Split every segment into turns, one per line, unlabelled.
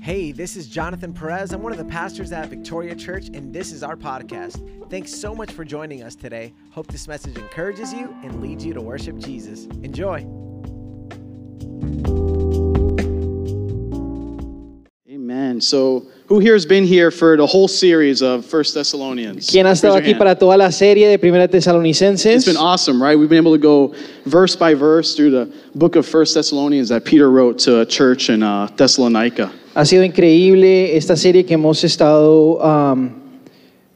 Hey, this is Jonathan Perez. I'm one of the pastors at Victoria Church, and this is our podcast. Thanks so much for joining us today. Hope this message encourages you and leads you to worship Jesus. Enjoy.
Amen. So, who here has been here for the whole series of First Thessalonians?
quien ha
Raise
estado
your
aquí
hand.
para toda la serie de Primera Tesalonicenses.
It's been awesome, right? We've been able to go verse by verse through the book of First Thessalonians that Peter wrote to a church in uh, Thessalonica.
Ha sido increíble esta serie que hemos estado um,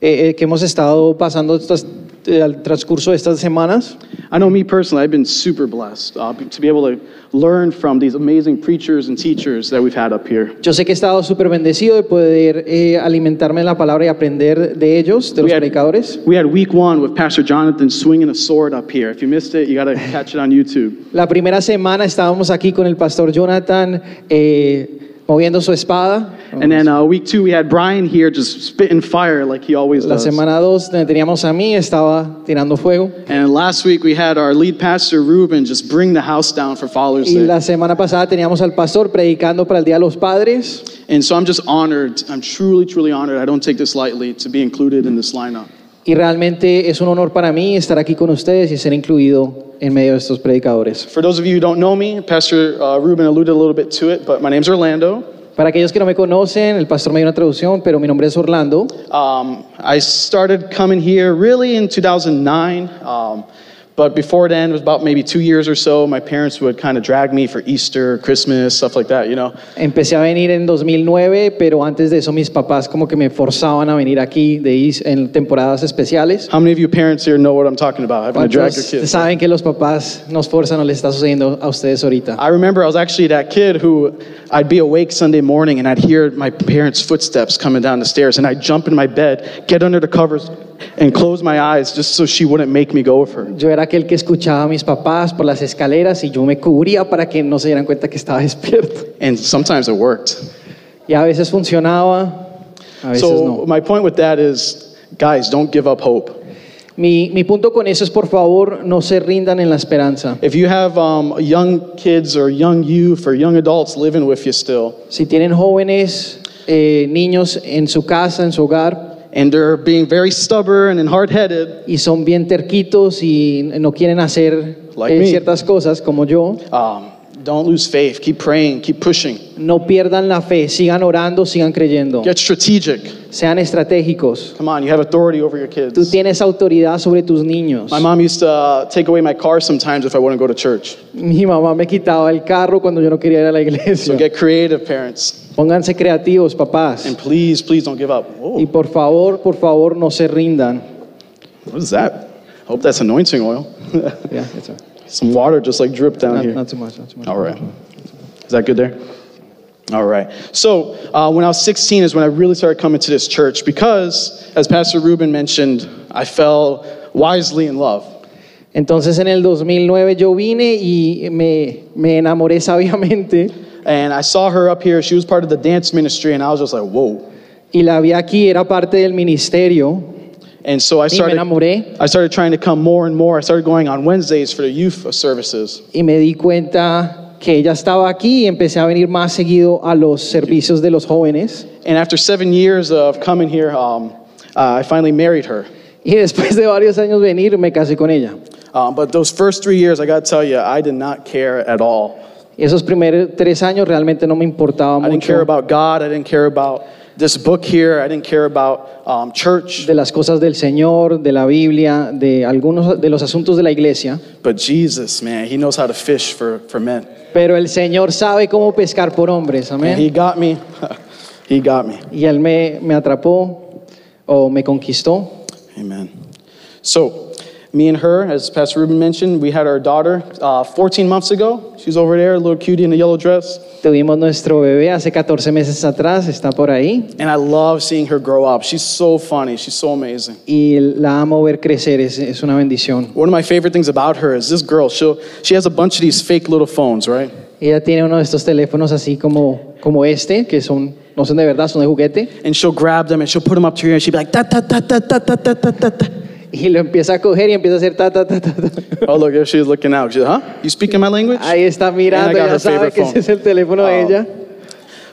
eh, eh, que hemos estado pasando estas- eh, al transcurso de estas semanas.
I know me personally, I've been super blessed uh, be- to be able to learn from these amazing preachers and teachers that we've had up here.
Yo sé que he estado súper bendecido de poder eh, alimentarme de la palabra y aprender de ellos, de los
We had-
predicadores.
We had week one with Pastor Jonathan swinging a sword up here. If you missed it, you got to catch it on YouTube.
La primera semana estábamos aquí con el pastor Jonathan eh, moviendo su espada.
And then uh, week two, we had Brian here just spitting fire like he always
La
does.
semana 2 teníamos a mí, estaba tirando fuego.
And last week we had our lead pastor Ruben just bring the house down for Father's
Y
Day.
la semana pasada teníamos al pastor predicando para el Día de los Padres.
And so I'm just honored. I'm truly, truly honored. I don't take this lightly to be included in this lineup.
Y realmente es un honor para mí estar aquí con ustedes y ser incluido en medio de estos predicadores.
For those of you who don't know me, Pastor uh, Ruben alluded a little bit to it, but my name's Orlando.
Para aquellos que no me conocen, el pastor me dio una traducción, pero mi nombre es Orlando.
Um, I started coming here really in 2009. Um, but before then, it was about maybe two years or so. My parents would kind of drag me for Easter, Christmas, stuff like that, you know.
Empecé a venir en 2009, pero antes de eso mis papás como que me forzaban a venir aquí de is- en temporadas especiales.
How many of you parents here know what I'm talking about? Having to drag your
¿Cuántos
kids.
saben que los papás nos forzan o les está sucediendo a ustedes ahorita?
I remember I was actually that kid who I'd be awake Sunday morning and I'd hear my parents' footsteps coming down the stairs and I'd jump in my bed, get under the covers, and close my eyes just so she wouldn't make me go with her.
Yo era aquel que escuchaba a mis papás por las escaleras y yo me cubría para que no se dieran cuenta que estaba despierto.
And sometimes it worked.
Y a veces funcionaba, a veces no.
So, my point with that is guys, don't give up hope.
Mi, mi punto con eso es, por favor, no se rindan en la esperanza.
If you have um, young kids or young youth or young adults living with you still,
Si tienen jóvenes, eh, niños en su casa, en su hogar,
and they're being very stubborn and hard headed,
y son bien terquitos y no quieren hacer
Like
eh,
me.
ciertas cosas como yo,
um, don't lose faith. Keep praying, keep pushing,
no pierdan la fe, sigan orando, sigan creyendo,
get strategic.
sean estratégicos.
Come on, you have authority over your
Tú
kids.
tienes autoridad sobre tus niños.
My mom used to uh, take away my car sometimes if I wouldn't go to church.
Mi mamá me quitaba el carro cuando yo no quería ir a la
So
iglesia.
get creative, parents.
Pónganse creativos, papás.
And please, please don't give up.
Y
Whoa,
por favor, por favor, no se rindan.
what is that? I hope that's anointing oil.
Yeah, it's all right.
Some water just like dripped down
Not-
here.
not too much, not too much.
All right. Is that good there? All right. So uh, when I was 16 is when I really started coming to this church because, as Pastor Ruben mentioned, I fell wisely in love.
Entonces en el 2009 yo vine y me, me enamoré sabiamente
And I saw her up here. She was part of the dance ministry, and I was just like, whoa.
y la vi aquí, era parte del ministerio
And so I
y me
started.
enamoré
I started trying to come more and more. I started going on Wednesdays for the youth services.
y me di cuenta que ella estaba aquí y empecé a venir más seguido a los servicios de los jóvenes
And after seven years of coming here, um, uh, I finally married her.
y después de varios años venir me casé con ella.
Um, but those first three years, I got to tell you, I did not care at all.
Y esos primeros tres años realmente no me importaba
I didn't care
mucho
about God. I didn't care about this book here. I didn't care about um, church.
de las cosas del Señor, de la Biblia, de algunos de los asuntos de la iglesia,
But Jesus, man, He knows how to fish for, for men.
pero el Señor sabe cómo pescar por hombres, amén.
And He got me. he got me.
Y él me, me atrapó o me conquistó.
Amen. So, me and her, as Pastor Ruben mentioned, we had our daughter uh, 14 months ago. She's over there, a little cutie in a yellow dress.
Tuvimos nuestro bebé hace 14 meses atrás, está por ahí.
And I love seeing her grow up. She's so funny. She's so amazing.
Y la amo ver crecer, es, es una bendición.
One of my favorite things about her is this girl. She'll, she has a bunch of these fake little phones, right?
Ella tiene uno de estos teléfonos así como, como este, que son, no son de verdad, son de juguete.
And she'll grab them and she'll put them up to her ear and she'll be like, da, da, da, da, da, da, da, da, da, da.
Y lo empieza a coger y empieza a hacer ta, ta, ta, ta, ta.
Oh, look, there she's looking out. She's, huh? You speaking my language?
Ahí está
And I
mirando,
got her
ya sabe
favorite
que ese
phone.
es el teléfono de
Oh.
ella.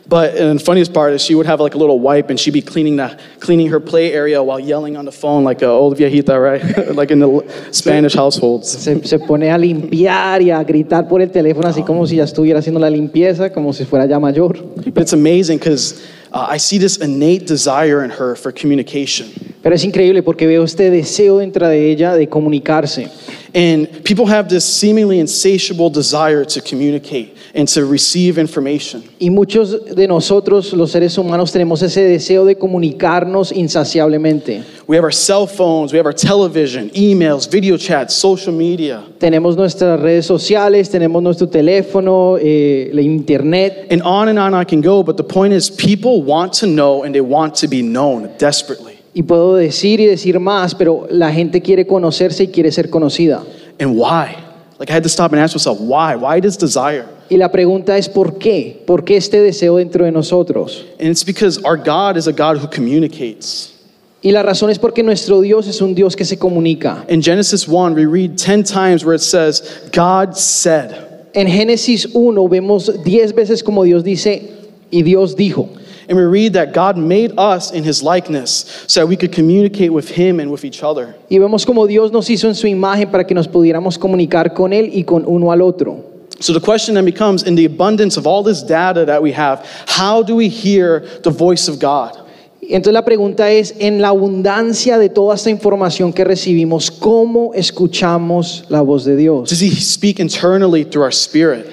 But and the funniest part is she would have like a little wipe and she'd be cleaning the cleaning her play area while yelling on the phone like a old viejita, right? like in the Spanish households.
Se, se pone a limpiar y a gritar por el teléfono, así como si ya estuviera haciendo la limpieza, como si fuera ya mayor.
But it's amazing because uh, I see this innate desire in her for communication.
Pero es increíble porque veo este deseo dentro de ella de comunicarse.
And people have this seemingly insatiable desire to communicate and to receive information.
Y muchos de nosotros, los seres humanos, tenemos ese deseo de comunicarnos insaciablemente.
We have our cell phones, we have our television, emails, video chats, social media.
Tenemos nuestras redes sociales, tenemos nuestro teléfono, eh, la internet.
And on and on I can go, but the point is, people want to know and they want to be known desperately.
Y puedo decir y decir más, pero la gente quiere conocerse y quiere ser conocida.
And why? Like, I had to stop and ask myself, why? Why this desire?
Y la pregunta es ¿por qué? ¿Por qué este deseo dentro de nosotros?
And it's because our God is a God who communicates.
Y la razón es porque nuestro Dios es un Dios que se comunica.
In Genesis 1, we read 10 times where it says, God said.
En Génesis 1 vemos 10 veces como Dios dice y Dios dijo.
And we read that God made us in his likeness so that we could communicate with him and with each other.
Y vemos como Dios nos hizo en su imagen para que nos pudiéramos comunicar con Él y con uno al otro.
So the question then becomes in the abundance of all this data that we have, how do we hear the voice of God?
Y Entonces la pregunta es, en la abundancia de toda esta información que recibimos, ¿cómo escuchamos la voz de Dios?
Does he speak internally through our spirit?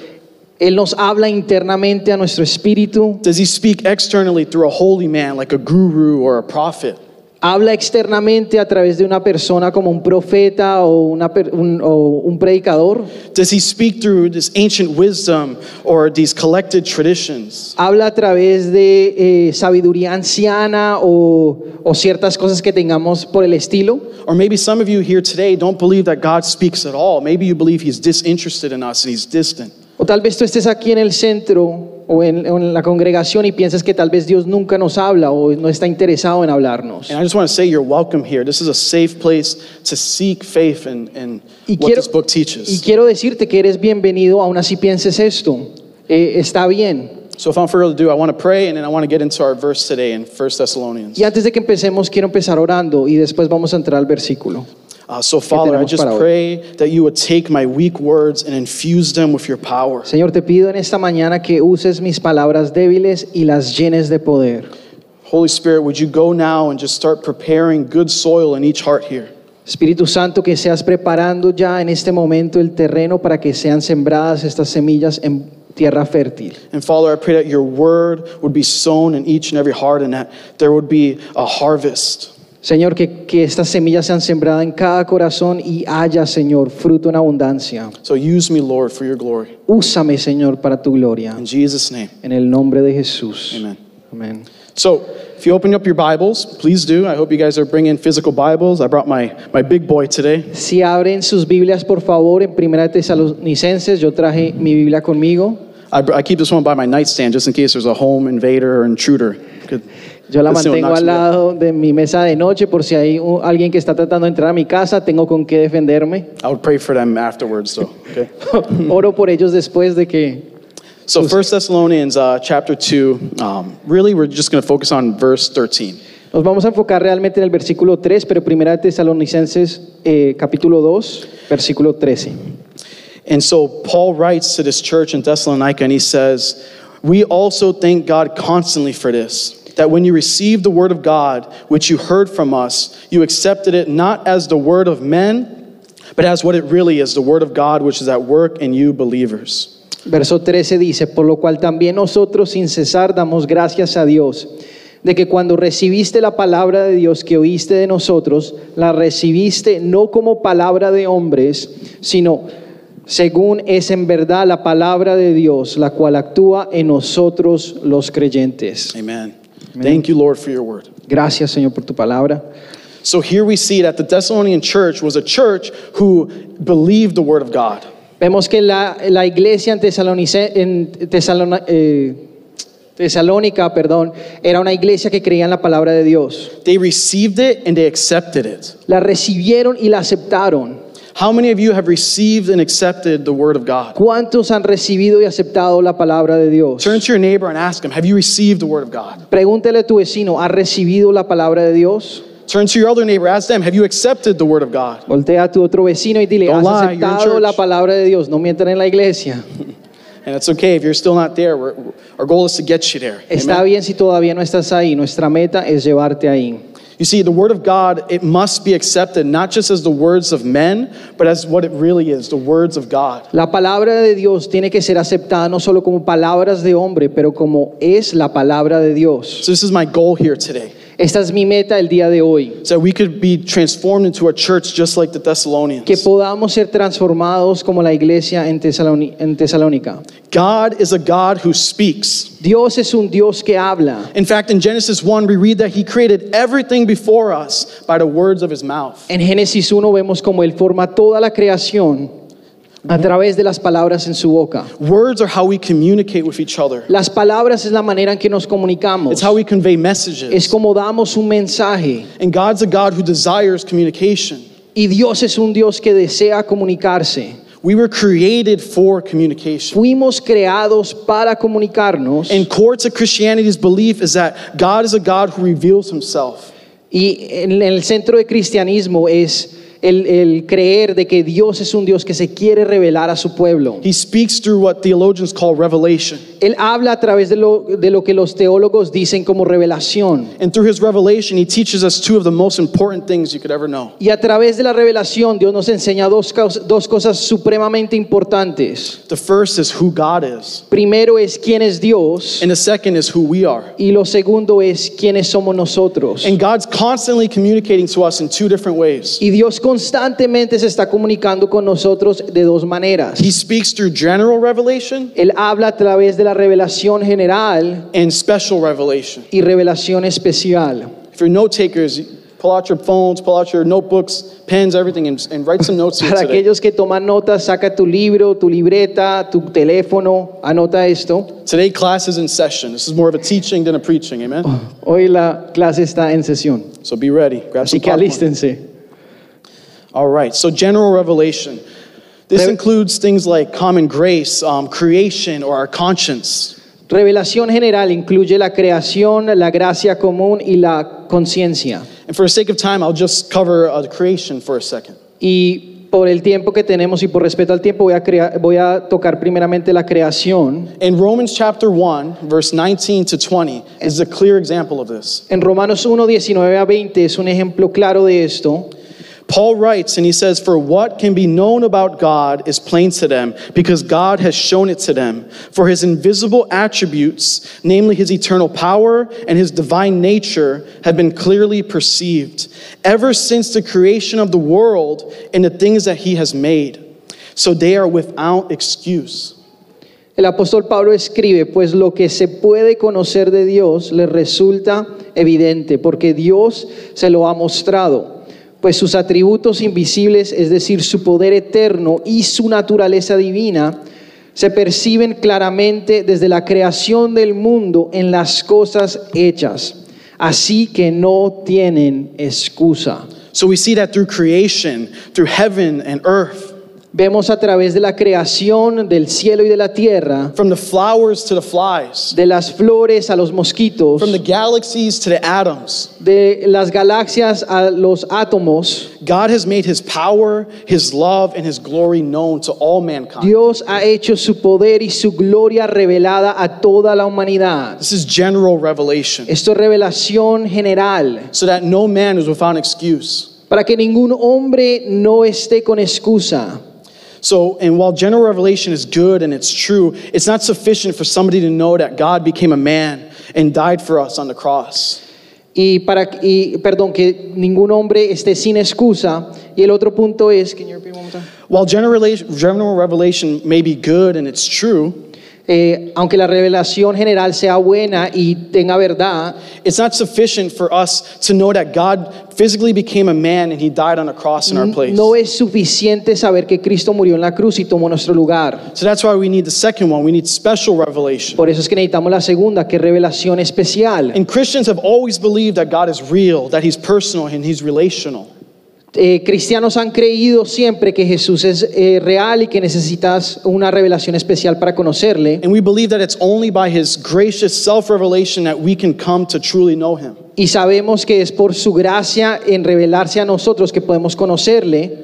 Él nos habla internamente a nuestro espíritu,
Does he speak externally through a holy man like a guru or a prophet?
habla externamente a través de una persona como un profeta o, una per- un, o un predicador,
Does he speak through this ancient wisdom or these collected traditions?
habla a través de eh, sabiduría anciana o, o ciertas cosas que tengamos por el estilo.
Or maybe some of you here today don't believe that God speaks at all. Maybe you believe he's disinterested in us and he's distant.
O tal vez tú estés aquí en el centro o en, o en la congregación y piensas que tal vez Dios nunca nos habla o no está interesado en hablarnos.
And I just want to say you're welcome here. This is a safe place to seek faith in, in
Y
what
quiero,
this book
y
teaches.
quiero decirte que eres bienvenido, aún así pienses esto. Eh, está bien.
So without further ado, I want to pray and then I want to get into our verse today in 1 Thessalonians.
Y antes de que empecemos, quiero empezar orando y después vamos a entrar al versículo.
Uh, so Father, I
tenemos
just
para hoy?
pray that you would take my weak words and infuse them with your power.
Señor, te pido en esta mañana que uses mis palabras débiles y las llenes de poder.
Holy Spirit, would you go now and just start preparing good soil in each heart here?
Espíritu Santo, que seas preparando ya en este momento el terreno para que sean sembradas estas semillas en tierra fértil.
And Father, I pray that your word would be sown in each and every heart and that there would be a harvest.
Señor, que, que estas semillas sean sembradas en cada corazón y haya, Señor, fruto en abundancia.
So use me, Lord, for your glory.
Úsame, Señor, para tu gloria.
In Jesus' name,
En el nombre de Jesús.
amen.
Amén.
So if you open up your Bibles, please do. I hope you guys are bringing physical Bibles. I brought my, my big boy today.
Si abren sus Biblias, por favor, en Primera de Tesalonicenses, yo traje mi Biblia conmigo.
I, br- I keep this one by my nightstand just in case there's a home invader or intruder. Could-
Yo la
this thing will knock
mantengo al
somebody out.
lado de mi mesa de noche por si hay u- alguien que está tratando de entrar a mi casa, tengo con qué defenderme.
I would pray for them afterwards, though. Okay.
Oro por ellos después de que...
So First Thessalonians uh, chapter two. Um, really, we're just going to focus on verse 13.
Nos vamos a enfocar realmente en el versículo 3, pero Primera de Tesalonicenses, eh, capítulo 2, versículo 13.
And so Paul writes to this church in Thessalonica and he says, We also thank God constantly for this, that when you received the word of God, which you heard from us, you accepted it not as the word of men, but as what it really is the word of God, which is at work in you believers.
Verso 13 dice, por lo cual también nosotros sin cesar damos gracias a Dios, de que cuando recibiste la palabra de Dios que oíste de nosotros, la recibiste no como palabra de hombres, sino según es en verdad la palabra de Dios, la cual actúa en nosotros los creyentes.
Amen. Thank you, Lord, for your word.
Gracias Señor por tu palabra.
So here we see that the Thessalonian church was a church who believed the word of God.
Vemos que la, la iglesia en, Tesalonice- en Tesalona- eh, Tesalónica perdón, era una iglesia que creía en la palabra de Dios.
They received it and they accepted it.
La recibieron y la aceptaron.
How many of you have received and accepted the word of God?
¿Cuántos han recibido y aceptado la palabra de Dios?
Turn to your neighbor and ask him, Have you received the word of God?
Pregúntele a tu vecino, ¿has recibido la palabra de Dios?
Turn to your other neighbor, ask them, Have you accepted the word of God?
Voltea a tu otro vecino y dile,
Don't
¿has
lie, you're in
aceptado
church."
la palabra de Dios? No mientan en la iglesia.
And it's okay if you're still not there. We're, our goal is to get you there.
Está
Amen?
bien si todavía no estás ahí. Nuestra meta es llevarte ahí.
You see, the word of God, it must be accepted not just as the words of men, but as what it really is the words of God.
La palabra de Dios tiene que ser aceptada no solo como palabras de hombre, pero como es la palabra de Dios.
So, this is my goal here today.
Esta es mi meta el día de hoy.
So we could be transformed into a church just like the Thessalonians.
Que podamos ser transformados como la iglesia en, Tesaloni- en Tesalónica.
God is a God who speaks.
Dios es un Dios que habla.
In fact, in Genesis 1, we read that He created everything before us by the words of His mouth.
En Génesis 1 vemos como Él forma toda la creación a través de las palabras en su boca.
Words are how we communicate with each other,
Las palabras es la manera en que nos comunicamos.
it's how we convey
Es
messages.
como damos un mensaje.
And God's a God who desires communication.
Y Dios es un Dios que desea comunicarse.
We were created for communication.
Fuimos creados para comunicarnos.
And core to Christianity's belief is that God is a God who reveals Himself.
y en el centro de cristianismo es el, el creer de que Dios es un Dios que se quiere revelar a su pueblo.
He speaks through what theologians call revelation.
Él habla a través de lo, de lo que los teólogos dicen como revelación.
And through his revelation, he teaches us two of the most important things you could ever know.
Y a través de la revelación Dios nos enseña dos, caus- dos cosas supremamente importantes.
The first is who God is,
Primero es quién es Dios
and the second is who we are.
y lo segundo es quiénes somos nosotros.
And God's constantly communicating to us in two different ways.
Y Dios constantemente se está comunicando con nosotros de dos maneras.
He speaks through general revelation
Él habla a través de la revelación general
and special revelation.
y revelación especial.
If you're note takers, pull out your phones, pull out your notebooks, pens, everything, and, and write some notes here
Para
today.
aquellos que toman notas, saca tu libro, tu libreta, tu teléfono, anota esto.
Today, class is in session. This is more of a teaching than a preaching,
Oh.
amen?
Hoy la clase está en sesión,
So be ready. Grab
así
some
que
popcorn.
alístense.
All right, so general revelation. This
Re-
includes things like common grace, um, creation, or our conscience.
Revelación general incluye la creación, la gracia común y la conciencia.
And for the sake of time, I'll just cover uh, the creation for a second.
Y por el tiempo que tenemos y por respeto al tiempo voy a, crea- voy a tocar primeramente la creación.
In Romans chapter 1, verse 19 to 20, is a clear example of this.
En Romanos 1, 19 a 20 es un ejemplo claro de esto.
Paul writes and he says, For what can be known about God is plain to them, because God has shown it to them. For his invisible attributes, namely his eternal power and his divine nature, have been clearly perceived ever since the creation of the world and the things that he has made. So they are without excuse.
El apóstol Pablo escribe, pues lo que se puede conocer de Dios le resulta evidente, porque Dios se lo ha mostrado, pues sus atributos invisibles, es decir, su poder eterno y su naturaleza divina, se perciben claramente desde la creación del mundo en las cosas hechas, así que no tienen excusa.
So we see that through creation, through heaven and earth,
Vemos a través de la creación del cielo y de la tierra,
from the flowers to the flies,
de las flores a los mosquitos,
from the galaxies to the atoms.
de las galaxias a los átomos,
God has made his power, his love, and his glory known to all mankind.
Dios ha hecho su poder y su gloria revelada a toda la humanidad.
This is general revelation,
Esto es revelación general,
so that no man is without excuse.
para que ningún hombre no esté con excusa.
So, and while general revelation is good and it's true, it's not sufficient for somebody to know that God became a man and died for us on the cross.
Y para y perdón que ningún hombre esté sin excusa y el otro punto es can you repeat one more time?
While general revelation, general revelation may be good and it's true,
Eh, aunque la revelación general sea buena y tenga verdad,
it's not sufficient for us to know that God physically became a man and he died on a cross in our place.
no es suficiente saber que Cristo murió en la cruz y tomó nuestro lugar.
So that's why we need the second one. We need special revelation.
Por eso es que necesitamos la segunda, que es revelación especial.
And Christians have always believed that God is real, that He's personal, and He's relational.
eh, cristianos han creído siempre que Jesús es eh, real y que necesitas una revelación especial para conocerle.
And we believe that it's only by his gracious self revelation that we can come to truly know him.
Y sabemos que es por su gracia en revelarse a nosotros que podemos conocerle.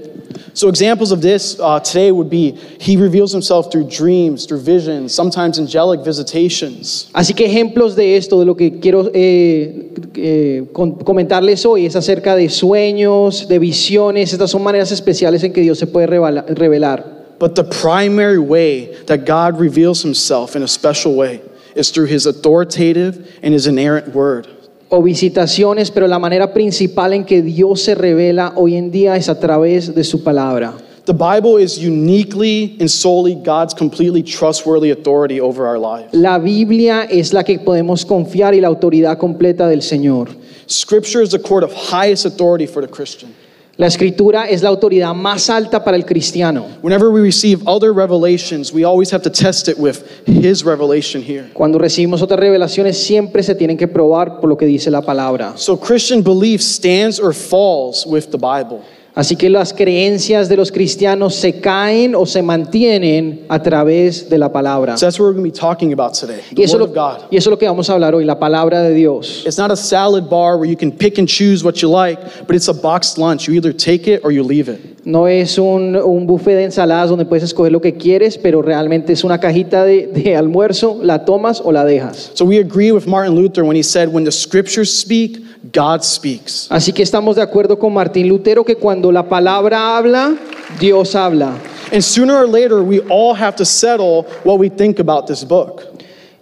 So, examples of this uh, today would be he reveals himself through dreams, through visions, sometimes angelic visitations.
Así que ejemplos de esto, de lo que quiero eh, eh, con- comentarles hoy, es acerca de sueños, de visiones. Estas son maneras especiales en que Dios se puede revala- revelar.
But the primary way that God reveals himself in a special way is through his authoritative and his inerrant word.
O visitaciones, pero la manera principal en que Dios se revela hoy en día es a través de su palabra.
The Bible is uniquely and solely God's completely trustworthy authority over our lives.
La Biblia es la que podemos confiar y la autoridad completa del Señor.
Scripture is the court of highest authority for the Christian.
La escritura es la autoridad más alta para el cristiano.
Whenever we receive other revelations, we always have to test it with His revelation here.
Cuando recibimos otras revelaciones siempre se tienen que probar por lo que dice la palabra.
So Christian belief stands or falls with the Bible.
Así que las creencias de los cristianos se caen o se mantienen a través de la palabra.
So that's what we're going to be talking about today the
Y eso,
Word
lo-
of God.
y eso es lo que vamos a hablar hoy, la palabra de Dios.
It's not a salad bar where you can pick and choose what you like, but it's a boxed lunch. You either take it or you leave it.
No es un, un buffet de ensaladas donde puedes escoger lo que quieres, pero realmente es una cajita de, de almuerzo, la tomas o la dejas.
So we agree with Martin Luther when he said, When the scriptures speak, God speaks.
Así que estamos de acuerdo con Martín Lutero que cuando la palabra habla, Dios habla.
And sooner or later, we all have to settle what we think about this book.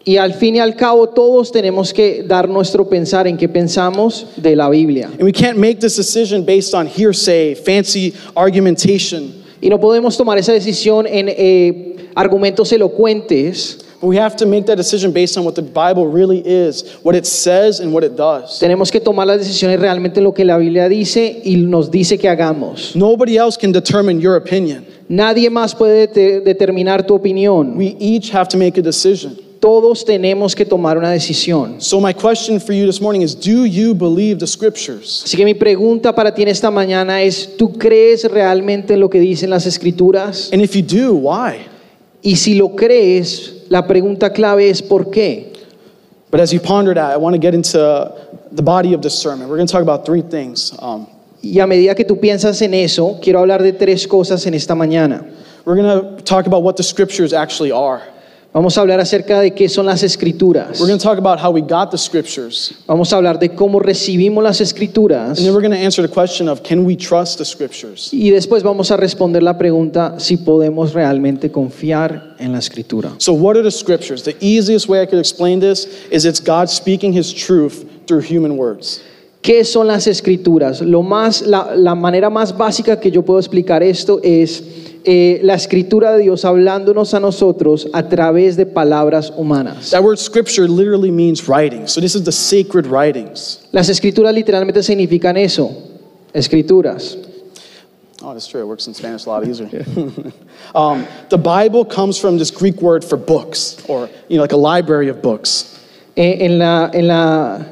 Y al fin y al cabo todos tenemos que dar nuestro pensar en qué pensamos de la Biblia.
And we can't make this decision based on hearsay, fancy argumentation.
Y no podemos tomar esa decisión en eh, argumentos elocuentes.
But we have to make that decision based on what the Bible really is, what it says and what it does.
Tenemos que tomar las decisiones realmente en lo que la Biblia dice y nos dice que hagamos.
Nobody else can determine your opinion.
Nadie más puede de- determinar tu opinión.
We each have to make a decision.
Todos tenemos que tomar una decisión.
So, my question for you this morning is Do you believe the scriptures?
Así que mi pregunta para ti en esta mañana es, ¿tú crees realmente en lo que dicen las escrituras?
And if you do, why?
Y si lo crees, la pregunta clave es ¿por qué?
But as you ponder that, I want to get into the body of this sermon. We're going to talk about three things. Um,
Y a medida que tú piensas en eso, quiero hablar de tres cosas en esta mañana.
we're going to talk about what the scriptures actually are.
Vamos a hablar acerca de qué son las escrituras.
We're going to talk about how we got the scriptures.
Vamos a hablar de cómo recibimos las escrituras.
And then we're going to answer the question of can we trust the scriptures?
Y después vamos a responder la pregunta si podemos realmente confiar en la escritura.
So, what are the scriptures? The easiest way I could explain this is it's God speaking his truth through human words.
¿Qué son las escrituras? Lo más, la, la manera más básica que yo puedo explicar esto es eh, la escritura de Dios hablándonos a nosotros a través de palabras humanas.
That word scripture literally means writing. So, this is the sacred writings.
Las escrituras literalmente significan eso, escrituras.
Oh, that's true. It works in Spanish a lot easier. um, the Bible comes from this Greek word for books, or you know, like a library of books.
Eh, en, la, en, la,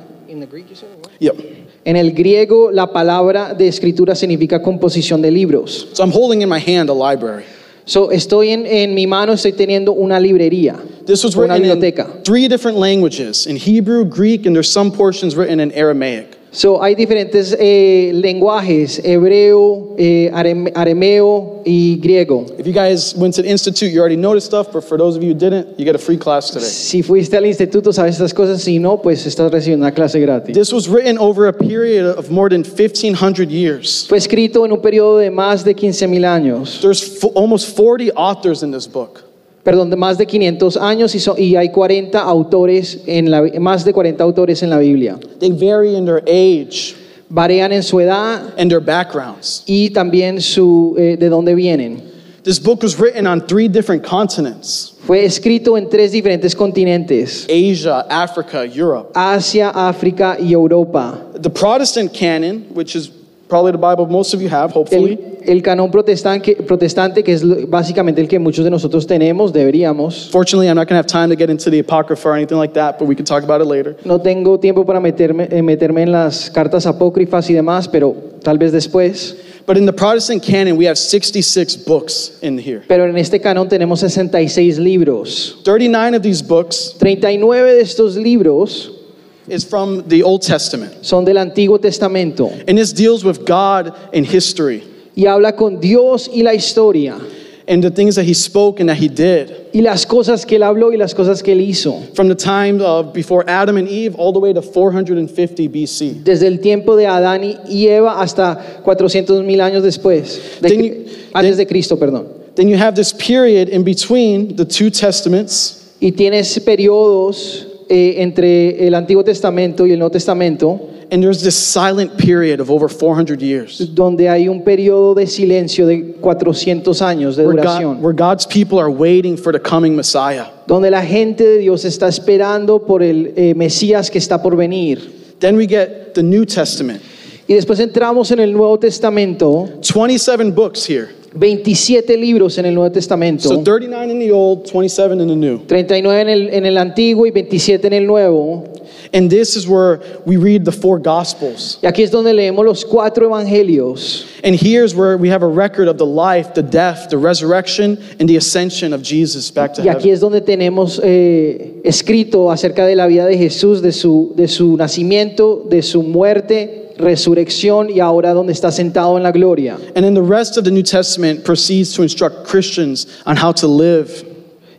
Yep.
en el griego la palabra de escritura significa composición de libros.
So, I'm holding in my hand a library.
So, estoy en, en mi mano, estoy teniendo una librería,
This was
una
written
biblioteca.
in three different languages in Hebrew, Greek, and there's some portions written in Aramaic.
So, hay diferentes eh, lenguajes, hebreo, eh, arem- arameo y griego.
If you guys went to the institute, you already noticed stuff, but for those of you who didn't, you get a free class today.
Si fuiste al instituto, sabes estas cosas, si no, pues estás recibiendo una clase gratis.
This was written over a period of more than 1,500 years.
Fue escrito en un periodo de más de 15.000 años,
There's f- almost 40 authors in this book.
perdón, de más de 500 años y, so- y hay 40 autores en la, Bi- más de 40 autores en la Biblia.
They vary in their age
Varían en su edad
and their backgrounds.
y también su, eh, de dónde vienen.
This book was written on three different continents
Fue escrito en tres diferentes continentes,
Asia, Africa, Europe.
Asia, África y Europa.
The Protestant canon, which is probably the Bible most of you have, hopefully,
El, el canon protestante, protestante, que es lo- básicamente el que muchos de nosotros tenemos, deberíamos.
Fortunately, I'm not going to have time to get into the Apocrypha or anything like that, but we can talk about it later.
No tengo tiempo para meterme, eh, meterme en las cartas apócrifas y demás, pero tal vez después.
But in the Protestant canon, we have 66 books in here.
Pero en este canon tenemos 66 libros.
39 of these books
39 de estos libros
is from the Old Testament.
son del Antiguo Testamento
And this deals with God and history
y habla con Dios y la historia
and the things that he spoke and that he did
y las cosas que él habló y las cosas que él hizo.
from the time of before Adam and Eve all the way to 450 BC.
Desde el tiempo de Adán y- y Eva hasta 400 mil años después, de
Then
Cri-
you-
antes
then-
de Cristo, perdón.
Then you have this period in between the two testaments
Y tienes periodos eh, entre el Antiguo Testamento y el Nuevo Testamento
and there's this silent period of over 400 years
donde hay un periodo de silencio de 400 años de
where, God-
duración,
where God's people are waiting for the coming Messiah.
donde la gente de Dios está esperando por el eh, Mesías que está por venir.
Then we get the New Testament.
Y después entramos en el Nuevo Testamento,
27 books here.
27 libros en el Nuevo Testamento,
So 39 in the old, 27 in the new.
39 en el, en el Antiguo y 27 en el Nuevo.
And this is where we read the four gospels.
Y aquí es donde leemos los cuatro evangelios.
And here's where we have a record of the life, the death, the resurrection, and the ascension of Jesus back to
Y aquí
heaven.
es donde tenemos eh, escrito acerca de la vida de Jesús, de su, de su nacimiento, de su muerte, resurrección y ahora donde está sentado en la gloria.
And then the rest of the New Testament proceeds to instruct Christians on how to live.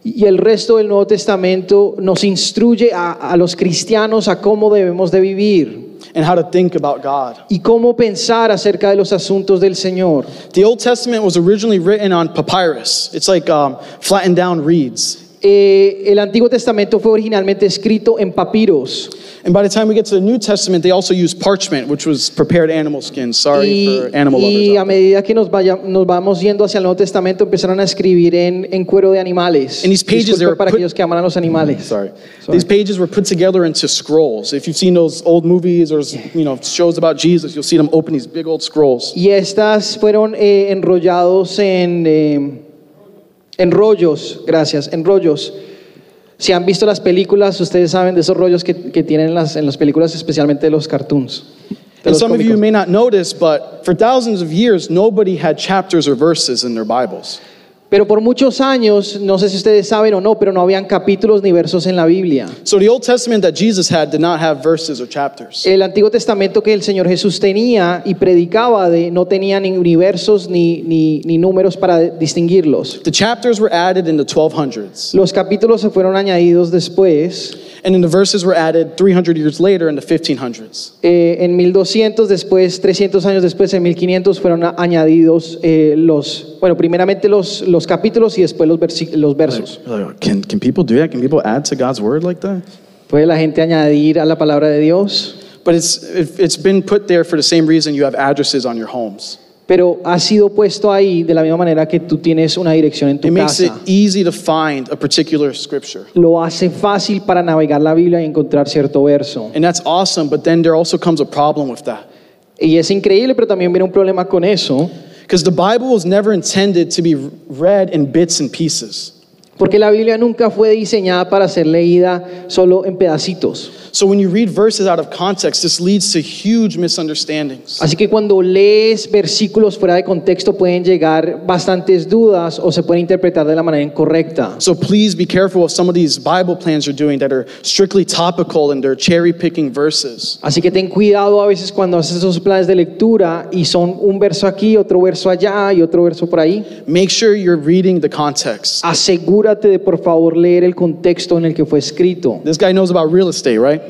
Y el resto del Nuevo Testamento nos instruye a, a los cristianos a cómo debemos de vivir
And how to think about God.
y cómo pensar acerca de los asuntos del Señor.
The Old Testament was originally written on papyrus. It's like um, flattened down reeds.
Eh, el Antiguo Testamento fue originalmente escrito en papiros.
And by the time we get to the New Testament, they also use parchment, which was prepared animal skin. Sorry
Y,
for animal
y
lovers.
a
out there.
medida que nos, vaya- nos vamos yendo hacia el Nuevo Testamento, empezaron a escribir en, en cuero de animales.
And these pages,
Disculpe
they were
para
put-
aquellos que aman a los animales.
Sorry.
Sorry.
These pages were put together into scrolls. If you've seen those old movies or you know shows about Jesus, you'll see them open these big old scrolls.
Y estas fueron eh, enrollados en, eh, en rollos, gracias, en rollos. Si han visto las películas, ustedes saben de esos rollos que, que tienen las, en las películas, especialmente de los cartoons. de
And
los
some of you
cómicos.
may not notice, but for thousands of years, nobody had chapters or verses in their Bibles.
Pero por muchos años, no sé si ustedes saben o no, pero no habían capítulos ni versos en la Biblia.
So the Old Testament that Jesus had did not have verses or chapters.
El Antiguo Testamento que el Señor Jesús tenía y predicaba de, no tenía ni universos ni, ni, ni números para distinguirlos.
The chapters were added in the 1200s,
Los capítulos se fueron añadidos después,
and then the verses were added 300 years later in the 1500s.
eh, en 1200, después 300 años después, en 1500 fueron a- añadidos eh, los, bueno, primeramente los, los capítulos y después los, versi- los versos.
Can, can people do that? Can people add to God's word like that?
¿Puede la gente añadir a la palabra de Dios?
But it's, it- it's been put there for the same reason you have addresses on your homes.
Pero ha sido puesto ahí de la misma manera que tú tienes una dirección en tu
It makes it
casa.
easy to find a particular scripture.
lo hace fácil para navegar la Biblia y encontrar cierto verso.
And that's awesome, but then there also comes a problem with that.
Y es increíble, pero también viene un problema con eso,
Because the Bible was never intended to be read in bits and pieces.
porque la Biblia nunca fue diseñada para ser leída solo en pedacitos.
So when you read verses out of context, this leads to huge misunderstandings.
Así que cuando lees versículos fuera de contexto pueden llegar bastantes dudas o se pueden interpretar de la manera incorrecta.
So please be careful of some of these Bible plans you're doing that are strictly topical and they're cherry picking verses.
Así que ten cuidado a veces cuando haces esos planes de lectura y son un verso aquí, otro verso allá y otro verso por ahí.
Make sure you're reading the context.
Asegúrate de por favor leer el contexto en el que fue escrito.
This guy knows about real estate, right?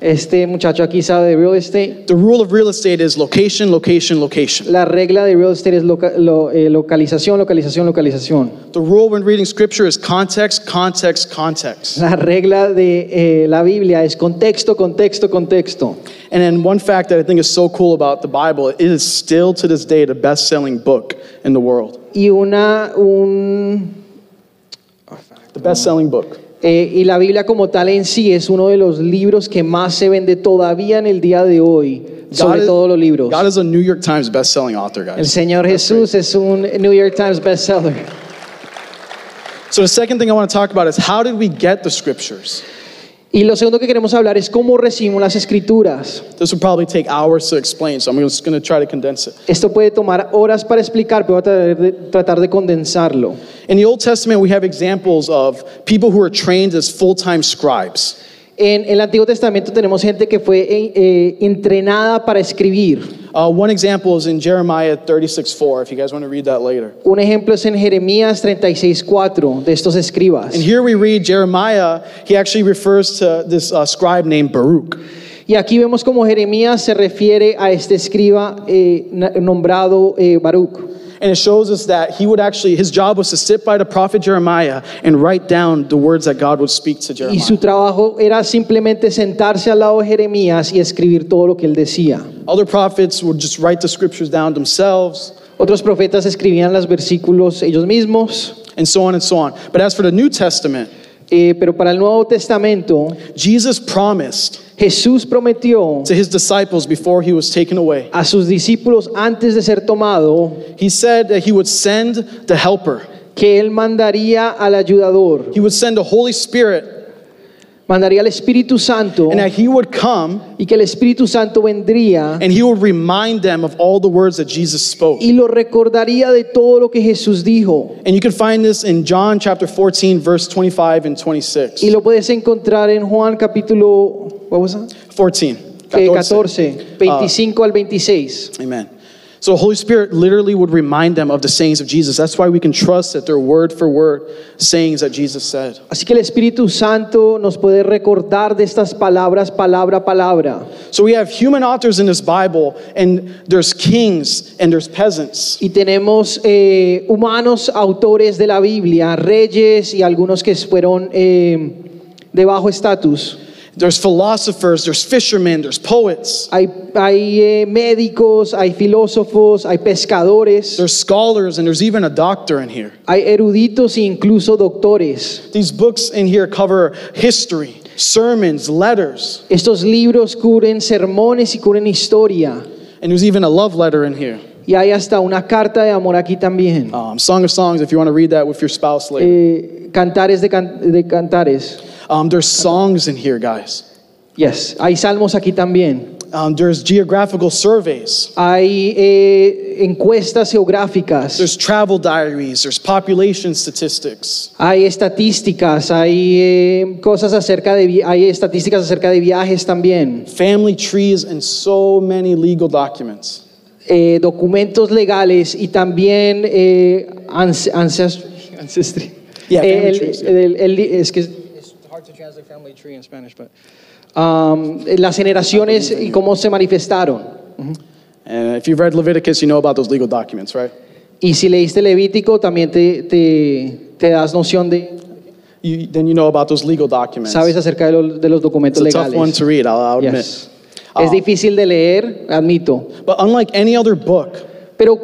Este muchacho aquí sabe de real estate.
The rule of real estate is location, location, location.
La regla de real estate es loca- lo- eh, localización, localización, localización.
The rule when reading scripture is context, context, context.
La regla de eh, la Biblia es contexto, contexto, contexto.
And then one fact that I think is so cool about the Bible, it is still to this day the best-selling book in the world.
Y una, un,
The
Oh.
best-selling book.
eh, y la Biblia como tal en sí es uno de los libros que más se vende todavía en el día de hoy, sobre
is-
todos los libros.
God is a New York Times best-selling author,
El
guys.
Señor Jesús es un New York Times bestseller.
So the second thing I want to talk about is how did we get the scriptures?
Y lo segundo que queremos hablar es cómo recibimos las escrituras.
This would probably take hours to explain, so I'm just going to try to condense it.
Esto puede tomar horas para explicar, pero voy a tratar de, tratar de condensarlo.
In the Old Testament, we have examples of people who are trained as full time scribes.
En el Antiguo Testamento tenemos gente que fue eh, eh, entrenada para escribir.
Uh, one example is in Jeremiah 36 4, if you guys want to read that later.
Un ejemplo es en Jeremías 36:4 de estos escribas.
And here we read Jeremiah, he actually refers to this uh, scribe named Baruch.
Y aquí vemos cómo Jeremías se refiere a este escriba eh, na- nombrado eh, Baruch.
And it shows us that he would actually, his job was to sit by the prophet Jeremiah and write down the words that God would speak to
Y
Jeremiah.
su trabajo era simplemente sentarse al lado de Jeremías y escribir todo lo que él decía.
Other prophets would just write the scriptures down themselves
Otros profetas escribían los versículos ellos mismos,
and so on and so on. But as for the New Testament,
eh, pero para el Nuevo Testamento
Jesus promised
Jesús prometió
to his disciples before he was taken away.
a sus discípulos antes de ser tomado
He said that he would send the helper.
que él mandaría al ayudador,
He would send the Holy Spirit
mandaría al Espíritu Santo
and that he would come
y que el Espíritu Santo vendría
and he would remind them of all the words that Jesus spoke.
y lo recordaría de todo lo que Jesús dijo.
And you can find this in John chapter 14 verse 25 and 26.
Y lo puedes encontrar en Juan capítulo what was that?
14.
Eh, 14, 25 al 26.
Uh, amen. So the Holy Spirit literally would remind them of the sayings of Jesus. That's why we can trust that they're word for word sayings that Jesus said.
Así que el Espíritu Santo nos puede recordar de estas palabras, palabra a palabra.
So we have human authors in this Bible, and there's kings and there's peasants.
Y tenemos eh, humanos autores de la Biblia, reyes y algunos que fueron eh, de bajo estatus.
There's philosophers, there's fishermen, there's poets,
Hay, hay eh, médicos, hay filósofos, hay pescadores,
there's scholars, and there's even a doctor in here.
hay eruditos e incluso doctores.
These books in here cover history, sermons, letters,
Estos libros cubren sermones y cubren historia.
and there's even a love letter in here.
Y hay hasta una carta de amor aquí también.
Um, Song of Songs, if you want to read that with your spouse later.
Eh, cantares de, can- de cantares.
Um, there's songs in here, guys.
Yes. Hay salmos aquí también.
Um, there's geographical surveys.
Hay eh, encuestas geográficas.
There's travel diaries. There's population statistics.
Hay estadísticas. Hay eh, cosas acerca de vi- hay estadísticas acerca de viajes también.
Family trees and so many legal documents.
Eh, documentos legales y también eh, ans- ancest- ancestry.
Yeah,
Eh,
family
el-
trees, yeah.
el- el- es que es- it's hard to translate family tree in Spanish, but, um, las generaciones y cómo se manifestaron.
And if you've read Leviticus, you know about those legal documents, right?
Y si leíste Levítico, también te, te, te das noción de,
You, then you know about those legal documents.
sabes acerca de los, de los
it's
documentos
a tough one
legales.
to Ah. read, I'll, I'll admit.
Yes. Es difícil de leer, admito.
But unlike any other book,
Pero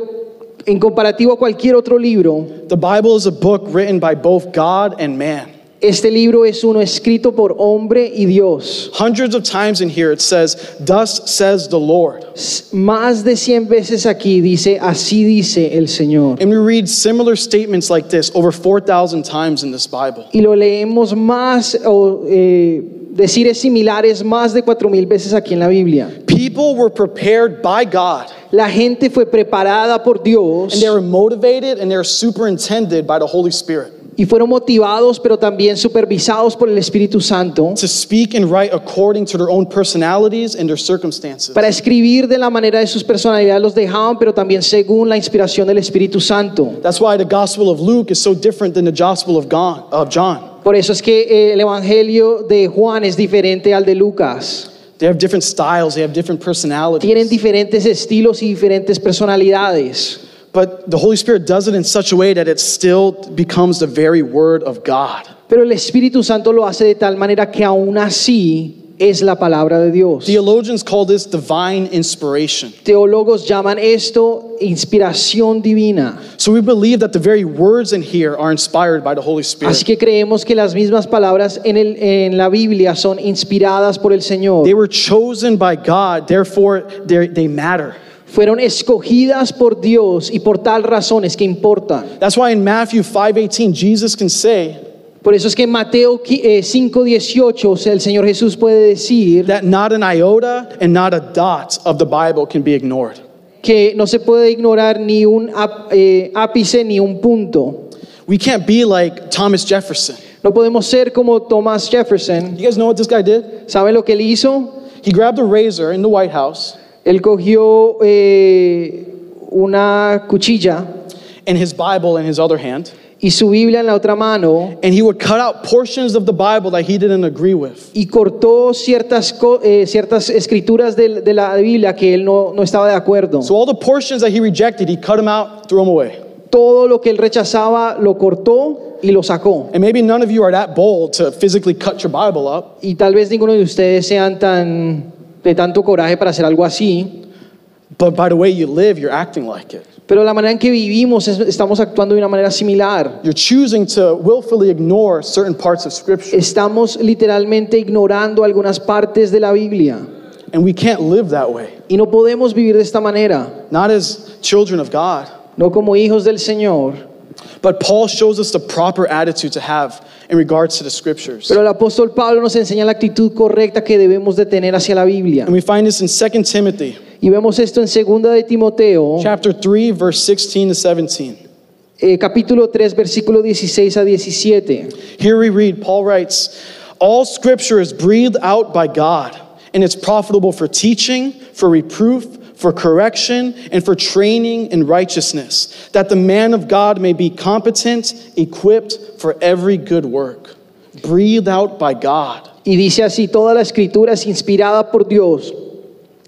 en comparativo a cualquier otro libro,
the Bible is a book written by both God and man.
este libro es uno escrito por hombre y Dios.
Hundreds of times in here it says, Thus says the Lord.
S- Más de 100 veces aquí dice, así dice el Señor.
And we read similar statements like this over 4,000 times in this Bible.
Y lo leemos más, o eh, decires similares más de 4.000 veces aquí en la Biblia.
People were prepared by God,
La gente fue preparada por Dios.
and they were motivated and they were superintended by the Holy Spirit
y fueron motivados pero también supervisados por el Espíritu Santo
to speak and write according to their own personalities and their circumstances.
para escribir de la manera de sus personalidades los dejaban pero también según la inspiración del Espíritu Santo.
That's why the Gospel of Luke is so different than the Gospel of Gon- of John.
Por eso es que eh, el Evangelio de Juan es diferente al de Lucas.
They have different styles, they have different
Tienen
personalities.
diferentes estilos y diferentes personalidades.
But the Holy Spirit does it in such a way that it still becomes the very Word of God.
Pero el Espíritu Santo lo hace de tal manera que aún así es la palabra de Dios.
Theologians call this divine inspiration.
Teólogos llaman esto inspiración divina.
So we believe that the very words in here are inspired by the Holy
Así
Spirit.
que creemos que las mismas palabras en, el- en la Biblia son inspiradas por el
They
Señor.
were chosen by God, therefore they're- they matter.
Fueron escogidas por Dios y por tal razones que importan.
That's why in Matthew 5:18 Jesus can say,
Por eso es que en Mateo eh, 5:18 el Señor Jesús puede decir
that not an iota and not a dot of the Bible can be ignored.
que no se puede ignorar ni un áp- eh, ápice ni un punto.
We can't be like Thomas Jefferson.
No podemos ser como Thomas Jefferson.
You guys know what this guy did?
¿Saben lo que él hizo?
He grabbed a razor in the White House
Él cogió eh, una cuchilla
and his Bible in his other hand,
y su Biblia en la otra mano
and he would cut out portions of the Bible that he didn't agree with.
y cortó ciertas, co- eh, ciertas escrituras del- de, la Biblia que él no, no estaba de acuerdo.
So all the portions that he rejected, he cut them out, threw them away.
Todo lo que él rechazaba lo cortó y lo sacó.
And maybe none of you are that bold to physically cut your Bible up,
Y tal vez ninguno de ustedes sean tan de tanto coraje para hacer algo así,
but by the way you live, you're acting like it.
pero la manera en que vivimos es- estamos actuando de una manera similar.
You're choosing to willfully ignore certain parts of Scripture,
Estamos literalmente ignorando algunas partes de la Biblia
and we can't live that way.
y no podemos vivir de esta manera.
Not as children of God.
no como hijos del Señor.
But Paul shows us the proper attitude to have in regards to the Scriptures.
Pero el apóstol Pablo nos enseña la actitud correcta que debemos de tener hacia la Biblia.
And we find this in 2 Timothy
Y vemos esto en 2 de Timoteo,
chapter 3 verse 16 to 17.
eh, capítulo 3, versículo 16 a 17.
Here we read Paul writes, "All scripture is breathed out by God and it's profitable for teaching, for reproof, for correction, and for training in righteousness, that the man of God may be competent, equipped for every good work." Breathed out by God.
Y dice así, toda la escritura es inspirada por Dios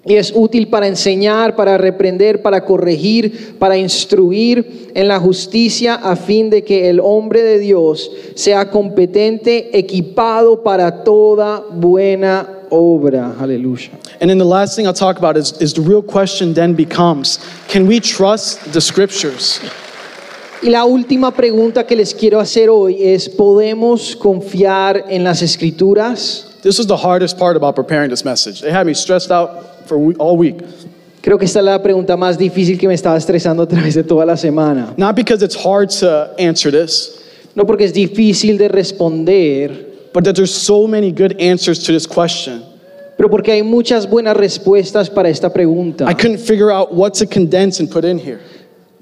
y es útil para enseñar, para reprender, para corregir, para instruir en la justicia, a fin de que el hombre de Dios sea competente, equipado para toda buena obra. Aleluya.
And then the last thing I'll talk about is, is the real question then becomes can we trust the scriptures?
Y la última pregunta que les quiero hacer hoy es, ¿podemos confiar en las escrituras?
This was the hardest part about preparing this message. It had me stressed out for we- all week.
Creo que esta es la pregunta más difícil que me estaba estresando a través de toda la semana.
Not because it's hard to answer this,
No porque es difícil de responder,
but that there's so many good answers to this question.
pero porque hay muchas buenas respuestas para esta pregunta.
I couldn't figure out what to condense and put in here.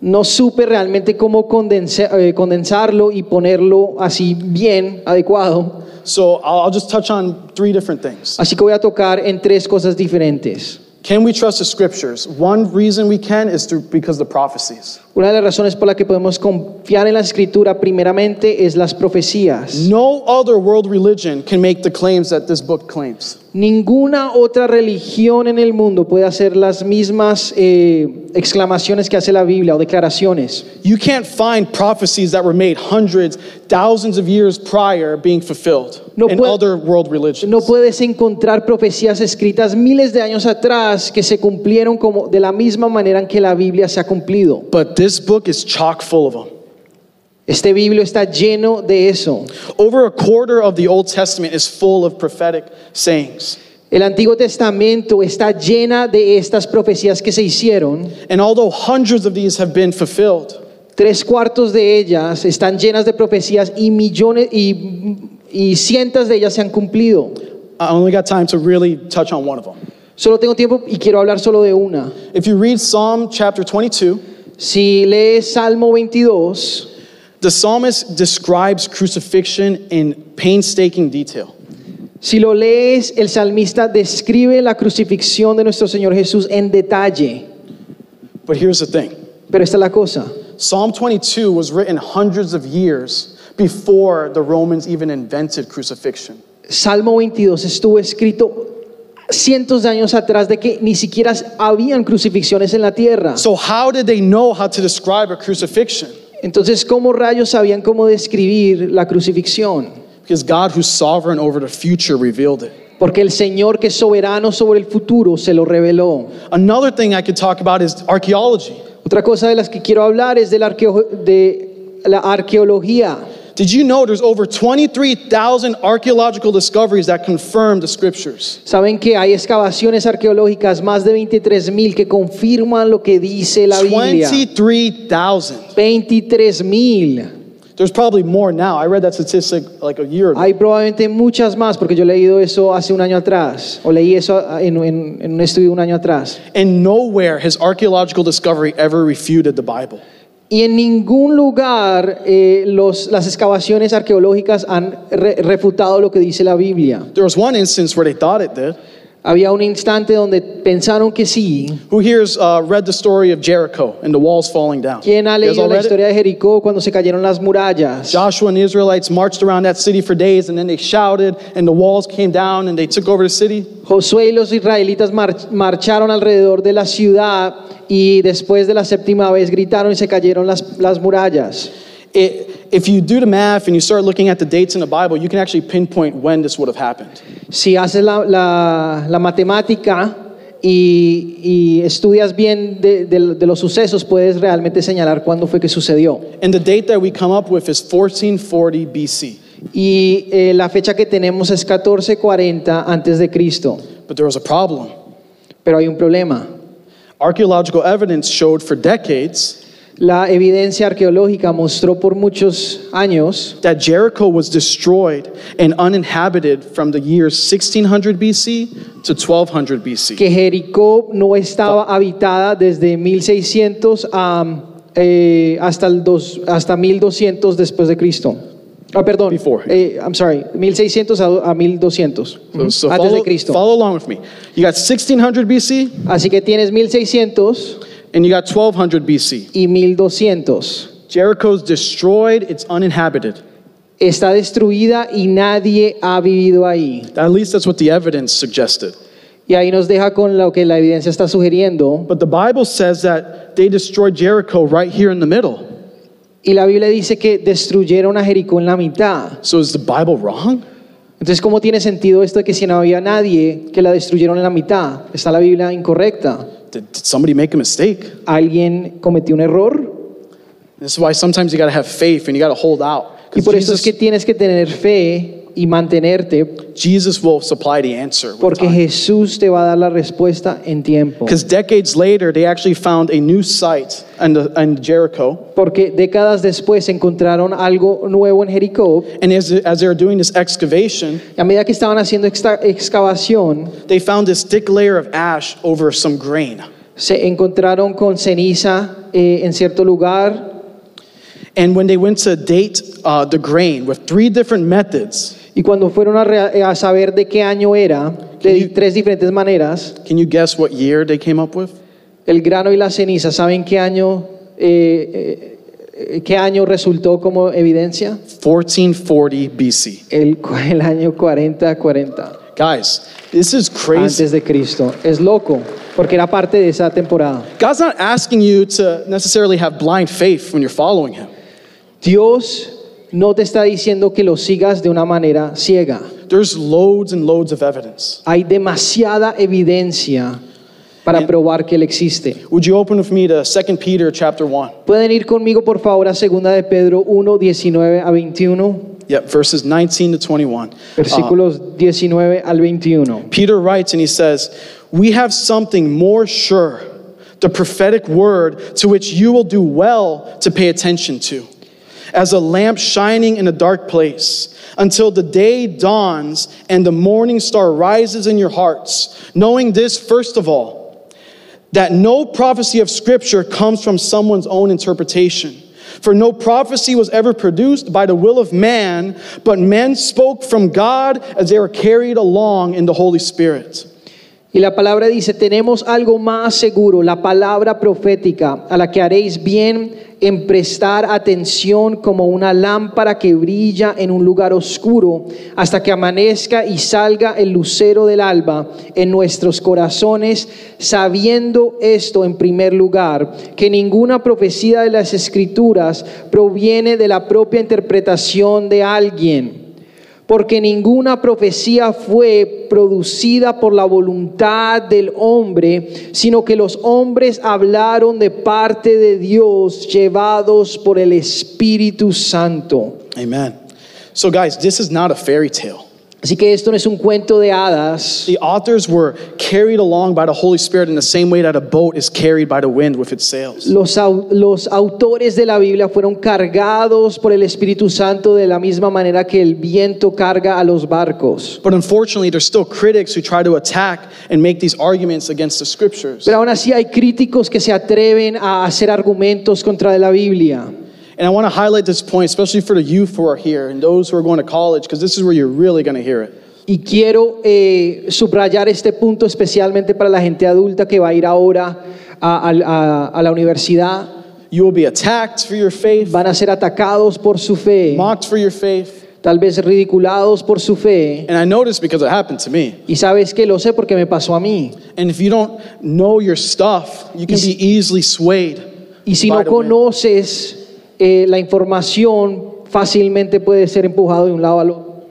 No supe realmente cómo condensa- eh, condensarlo y ponerlo así bien, adecuado.
So I'll, I'll just touch on three different things.
Así que voy a tocar en tres cosas diferentes.
Can we trust the scriptures? One reason we can is through, because of the prophecies.
Una de las razones por la que podemos confiar en la escritura primeramente es las profecías.
No other world religion can make the claims that this book claims.
Ninguna otra religión en el mundo puede hacer las mismas eh, exclamaciones que hace la Biblia o declaraciones.
You can't find prophecies that were made hundreds, thousands of years prior being fulfilled
No
in
puede-
other world religions.
No puedes encontrar profecías escritas miles de años atrás que se cumplieron como de la misma manera en que la Biblia se ha cumplido.
But this book is chock full of them.
Este Biblia está lleno de eso.
Over a quarter of the Old Testament is full of prophetic sayings.
El Antiguo Testamento está llena de estas profecías que se hicieron.
And although hundreds of these have been fulfilled,
Tres cuartos de ellas están llenas de profecías y millones y, y cientos de ellas se han cumplido.
I only got time to really touch on one of them.
Solo tengo tiempo y quiero hablar solo de una.
If you read Psalm chapter 22,
Si lees Salmo 22,
the psalmist describes crucifixion in painstaking detail.
si lo lees, el salmista describe la crucifixión de nuestro Señor Jesús en detalle.
But here's the thing
Pero esta es la cosa.
Psalm 22 was written hundreds of years before the Romans even invented crucifixion.
Salmo 22 estuvo escrito cientos de años atrás de que ni siquiera habían crucifixiones en la tierra.
So, how did they know how to describe a crucifixion?
Entonces, ¿cómo rayos sabían cómo describir la crucifixión?
Because God, who's sovereign over the future, revealed it.
Porque el Señor que es soberano sobre el futuro se lo reveló.
Another thing I could talk about is archaeology.
Otra cosa de las que quiero hablar es del arqueo- de la arqueología.
Did you know there's over 23,000 archaeological discoveries that confirm the scriptures?
Saben que hay excavaciones arqueológicas, más de 23 mil, que confirman lo que dice la Biblia.
23,000.
23 mil.
There's probably more now. I read that statistic like a year ago.
Hay probablemente muchas más, porque yo he leído eso hace un año atrás, o leí eso en, en- en un estudio un año atrás.
and nowhere has archaeological discovery ever refuted the Bible.
Y en ningún lugar eh, los- las excavaciones arqueológicas han re- refutado lo que dice la Biblia.
There was one instance where they thought it did.
Había un instante donde pensaron que sí.
Who here's uh, read the story of Jericho and the walls falling down?
¿Quién ha
You guys
leído
all
la
read it?
historia de Jericó cuando se cayeron las murallas?
Joshua and the Israelites marched around that city for days, and then they shouted, and the walls came down, and they took over the city.
Josué y los israelitas mar- marcharon alrededor de la ciudad y después de la séptima vez gritaron y se cayeron las, las murallas.
It, if you do the math and you start looking at the dates in the Bible, you can actually pinpoint when this would have happened.
Si haces la, la- la matemática y, y estudias bien de, de- de los sucesos, puedes realmente señalar cuándo fue que sucedió.
And the date that we come up with is 1440 BC.
Y eh, la fecha que tenemos es 1440 antes de Cristo.
But there was a problem.
Pero hay un problema.
Archaeological evidence showed for decades
La evidencia arqueológica mostró por muchos años
that Jericho was destroyed and uninhabited from the years 1600 BC to 1200 BC.
que Jericó no estaba habitada desde 1600 a, eh, hasta, el dos- hasta 1200 después de Cristo. Ah, perdón.
Before.
Eh, I'm sorry. 1600 a, a 1200.
So, so
antes
follow,
de Cristo.
follow along with me. You got 1600 BC
Así que tienes 1600
and you got 1200 BC.
y 1200.
Jericho's destroyed, it's uninhabited.
Está destruida y nadie ha vivido ahí.
At least that's what the evidence suggested.
Y ahí nos deja con lo que la evidencia está sugiriendo.
But the Bible says that they destroyed Jericho right here in the middle.
Y la Biblia dice que destruyeron a Jericó en la mitad.
So is the Bible wrong?
Entonces, ¿cómo tiene sentido esto de que si no había nadie, que la destruyeron en la mitad? ¿Está la Biblia incorrecta?
Did, did somebody make a mistake?
¿Alguien cometió un error?
This is why sometimes you got to have faith and you got to hold out.
Y
'Cause
por eso es
Jesus,
que tienes que tener fe y mantenerte,
Jesus will supply the answer.
porque Jesús te va a dar la respuesta en tiempo.
Because decades later, they actually found a new site in, the, in Jericho.
Porque décadas después encontraron algo nuevo en Jericó.
And as, as they were doing this excavation,
Y a medida que estaban haciendo esta excavación,
they found this thick layer of ash over some grain.
se encontraron con ceniza eh, en cierto lugar.
And when they went to date uh, the grain with three different methods,
Y cuando fueron a, re- a saber de qué año era, de di- tres diferentes maneras,
can you guess what year they came up with?
El grano y la ceniza, ¿saben qué año, eh, eh, eh, qué año resultó como evidencia?
1440 BC.
El, cu- el año 40-40
Guys, this is crazy.
antes de Cristo. Es loco, porque era parte de esa temporada.
God's not asking you to necessarily have blind faith when you're following Him.
Dios no te está diciendo que lo sigas de una manera ciega.
There's loads and loads of evidence.
Hay demasiada evidencia para probar que Él existe.
Would you open with me to 2 Peter chapter 1?
Pueden ir conmigo, por favor, a 2 de Pedro 1, 19 a 21,
Yep, verses 19 to 21. Uh,
versículos 19 al 21.
Peter writes and he says, We have something more sure, the prophetic word to which you will do well to pay attention to, as a lamp shining in a dark place, until the day dawns and the morning star rises in your hearts. Knowing this, first of all, that no prophecy of Scripture comes from someone's own interpretation. For no prophecy was ever produced by the will of man, but men spoke from God as they were carried along in the Holy Spirit.
Y la palabra dice, tenemos algo más seguro, la palabra profética, a la que haréis bien en prestar atención como una lámpara que brilla en un lugar oscuro hasta que amanezca y salga el lucero del alba en nuestros corazones, sabiendo esto en primer lugar, que ninguna profecía de las escrituras proviene de la propia interpretación de alguien porque ninguna profecía fue producida por la voluntad del hombre, sino que los hombres hablaron de parte de Dios, llevados por el Espíritu Santo.
Amen. So, guys, this is not a fairy tale.
Así que esto no es un cuento de hadas.
The authors were carried along by the Holy Spirit in the same way that a boat is carried by the wind with its sails.
Los, au- los autores de la Biblia fueron cargados por el Espíritu Santo de la misma manera que el viento carga a los barcos.
But unfortunately, there's still critics who try to attack and make these arguments against the scriptures.
Pero aún así hay críticos que se atreven a hacer argumentos contra la Biblia.
And I want to highlight this point, especially for the youth who are here and those who are going to college, because this is where you're really going to hear it.
Y quiero eh, subrayar este punto especialmente para la gente adulta que va a ir ahora a, a- a- a la universidad.
You will be attacked for your faith,
Van a ser atacados por su fe,
mocked for your faith.
tal vez ridiculados por su fe.
And I know this because it happened to me.
Y sabes que lo sé porque me pasó a mí.
And if you don't know your stuff, you can be easily swayed.
Y si
by
no
the wind.
conoces eh, la información, fácilmente puedes ser empujado de un lado al otro.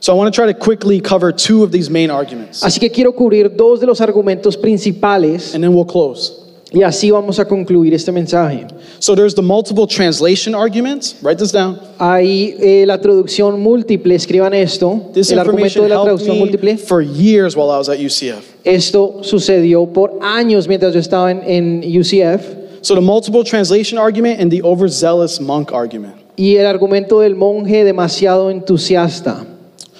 So I want to try to quickly cover two of these main arguments,
Así que quiero cubrir dos de los argumentos principales
and then we'll close.
y así vamos a concluir este mensaje.
So there's the multiple translation argument. Write this down.
Ahí eh, la traducción múltiple, escriban esto.
This
el argumento
information
de la
helped
traducción
me
múltiple.
for years while I was at UCF.
Esto sucedió por años mientras yo estaba en, en UCF.
So the multiple translation argument and the overzealous monk argument.
Y el argumento del monje demasiado entusiasta.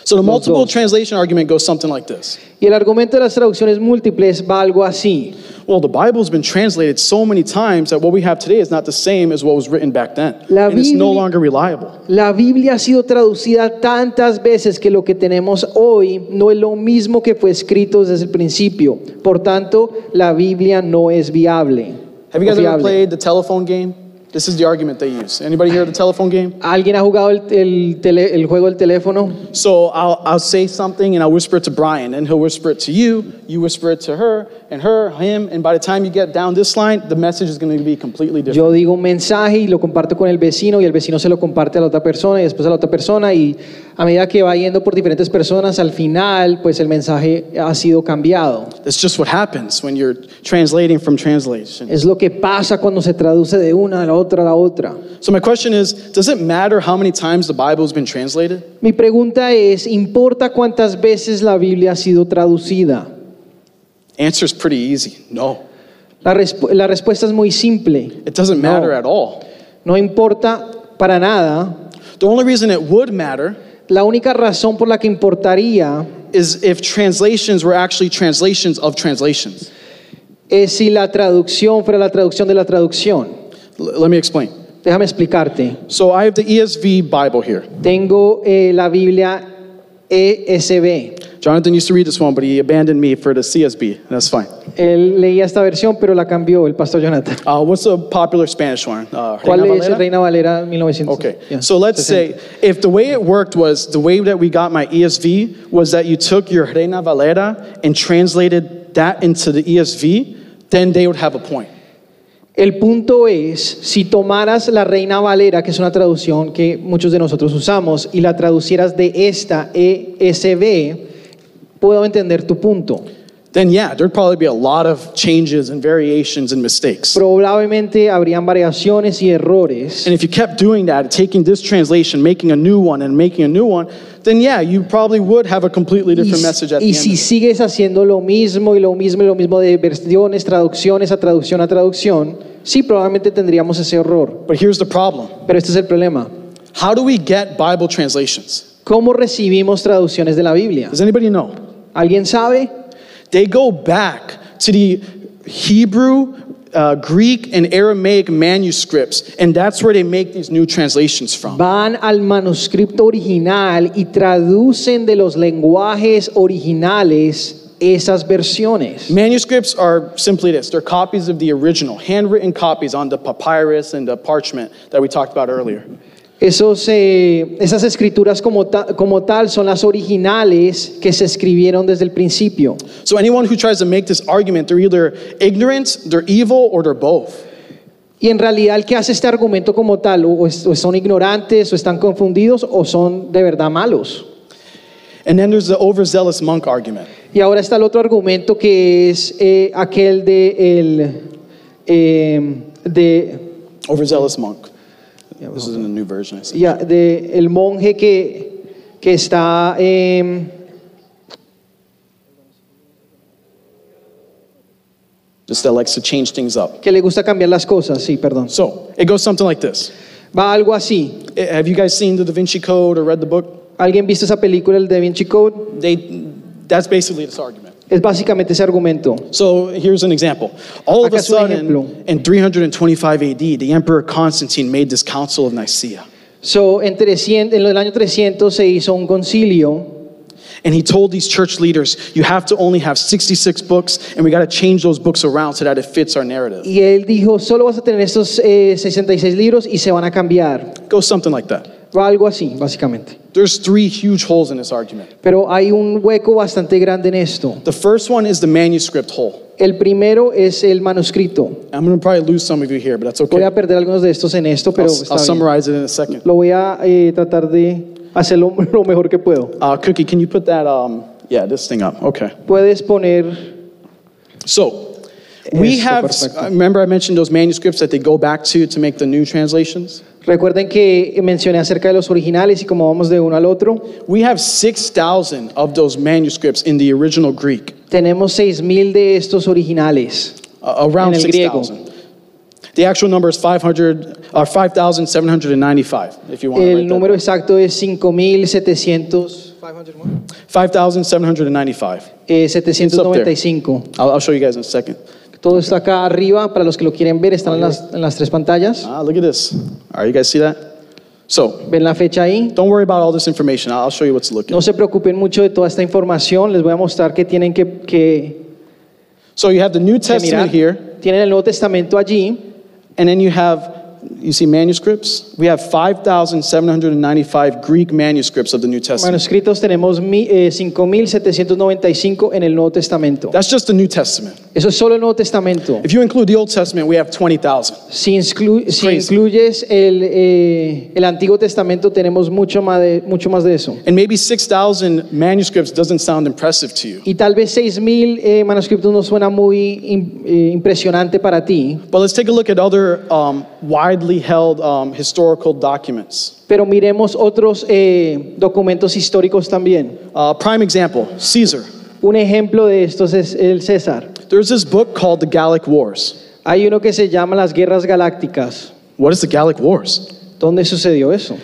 So the multiple
dos.
translation argument goes something like this.
Y el argumento de las traducciones múltiples va algo así.
Well, the Bible's been translated so many times that what we have today is not the same as what was written back then.
La
and it's no
Biblia-
longer reliable.
La Biblia ha sido traducida tantas veces que lo que tenemos hoy no es lo mismo que fue escrito desde el principio. Por tanto, la Biblia no es viable.
Have you guys ever
Fiable.
played the telephone game? This is the argument they use. Anybody hear of the telephone game?
¿Alguien ha jugado el, el tele- el juego del teléfono?
So I'll, I'll say something and I'll whisper it to Brian, and he'll whisper it to you, you whisper it to her, and her, him, and by the time you get down this line, the message is going to be completely different.
Yo digo un mensaje y lo comparto con el vecino y el vecino se lo comparte a la otra persona y después a la otra persona y a medida que va yendo por diferentes personas, al final pues el mensaje ha sido cambiado.
That's just what happens when you're translating from translation.
Es lo que pasa cuando se traduce de una a la otra a la otra.
So my question is, does it matter how many times the Bible's been translated?
Mi pregunta es, ¿importa cuántas veces la Biblia ha sido traducida?
Answer's pretty easy. No.
La, resp- la respuesta es muy simple.
It doesn't matter
No.
at all.
No importa para nada.
The only reason it would matter
La única razón por la que importaría
is if translations were actually translations of translations.
es si la traducción fuera la traducción de la traducción.
L- let me explain.
Déjame explicarte.
So I have the ESV Bible here.
Tengo eh, la Biblia E ESB.
Jonathan used to read this one, but he abandoned me for the CSB, and that's fine.
Él leía esta versión, pero la cambió el pastor Jonathan.
Uh, what's a popular Spanish one? Uh,
¿Cuál
Reina
es
Valera?
Reina Valera 1900?
Okay,
Yeah.
so let's say if the way it worked was the way that we got my ESV was that you took your Reina Valera and translated that into the ESV, then they would have a point.
El punto es, si tomaras la Reina Valera, que es una traducción que muchos de nosotros usamos, y la traducieras de esta ESB, puedo entender tu punto.
Then, yeah, there'd probably be a lot of changes and variations and mistakes.
Probablemente habrían variaciones y errores.
And if you kept doing that, taking this translation, making a new one, and making a new one, then yeah, you probably would have a completely
Y,
different message at the
y
end. of
si
it.
sigues haciendo lo mismo y lo mismo y lo mismo de versiones, traducciones a traducción a traducción, sí, probablemente tendríamos ese error.
But here's the problem
Pero este es el problema.
How do we get Bible translations?
¿Cómo recibimos traducciones de la Biblia?
Does anybody know?
¿Alguien sabe?
They go back to the Hebrew, uh, Greek, and Aramaic manuscripts, and that's where they make these new translations from.
van al manuscrito original y traducen de los lenguajes originales esas versiones.
Manuscripts are simply this they're copies of the original, handwritten copies on the papyrus and the parchment that we talked about earlier.
Esos, eh, esas escrituras como, ta- como tal son las originales que se escribieron desde el principio.
So anyone who tries to make this argument, they're either ignorant, they're evil, or they're both.
Y en realidad el que hace este argumento como tal o, o es- o son ignorantes o están confundidos o son de verdad malos.
And then there's the overzealous monk argument.
Y ahora está el otro argumento que es eh, aquel de el... eh, de
Overzealous monk. this is in the new version. I see.
Ya, de el monje que, que está... em,
Just that likes to change things up.
que le gusta cambiar las cosas, sí, perdón.
So it goes something like this.
Va algo así.
Eh, Have you guys seen the Da Vinci Code or read the book?
¿Alguien visto esa película, el Da Vinci Code?
They, that's basically this argument.
Es básicamente ese argumento.
So here's an example. All of a
Acá es un
sudden,
ejemplo.
in 325 AD, the Emperor Constantine made this Council of Nicaea.
So, en, 300, en el año 300 se hizo un concilio
And he told these church leaders, you have to only have 66 books, and we got to change those books around so that it fits our narrative.
y él dijo, solo vas a tener estos eh, 66 libros y se van a cambiar.
Go something like that.
Va algo así, básicamente.
There's three huge holes in this argument.
Pero hay un hueco bastante grande en esto.
The first one is the manuscript hole.
El primero es el manuscrito.
I'm going to probably lose some of you here, but that's okay.
Voy a perder algunos de estos en esto, pero
I'll,
está
I'll
bien.
summarize it in a second.
lo voy a eh, tratar de hacerlo lo mejor que puedo.
Uh, Cookie, can you put that, um, yeah, this thing up? Okay.
Puedes poner,
So we
Esto,
have,
perfecto.
remember I mentioned those manuscripts that they go back to to make the new translations?
recuerden que mencioné acerca de los originales y cómo vamos de uno al otro.
We have 6,000 of those manuscripts in the original Greek.
Tenemos 6.000 de estos originales.
Uh, around
En el griego.
6,000. The actual number is uh, 500, or 5,795, if you want to
El
write that
número
down.
exacto es 5.700.
5,795.
eh, 795.
I'll, I'll show you guys in a second.
Todo está acá arriba, para los que lo quieren ver, están en las, en las tres pantallas.
Ah, look at this. All right, you guys see that? So,
Ven la fecha ahí.
don't worry about all this information. I'll, I'll show you what's looking.
No se preocupen mucho de toda esta información, les voy a mostrar que tienen que, que,
So, you have the New
que mirar.
Testament here,
Tienen el Nuevo Testamento allí.
and then you have, you see manuscripts? We have 5,795 Greek manuscripts of the New Testament.
Manuscritos tenemos mi- eh, 5.795 en el Nuevo Testamento.
That's just the New Testament.
Eso es solo el Nuevo Testamento.
If you include the Old Testament, we have 20,000.
Si, inclu- si
Crazy.
incluyes el, eh, el Antiguo Testamento, tenemos mucho más, de, mucho más de eso.
And maybe 6,000 manuscripts doesn't sound impressive to you.
Y tal vez 6.000 eh, manuscritos no suena muy im- eh, impresionante para ti,
But let's take a look at other um, widely held um, historical documents.
pero miremos otros eh, documentos históricos también.
Uh, prime example Caesar.
Un ejemplo de estos es el César.
There's this book called The Gallic Wars.
Hay uno que se llama Las Guerras Galácticas.
What is the Gallic Wars?
¿Dónde sucedió eso?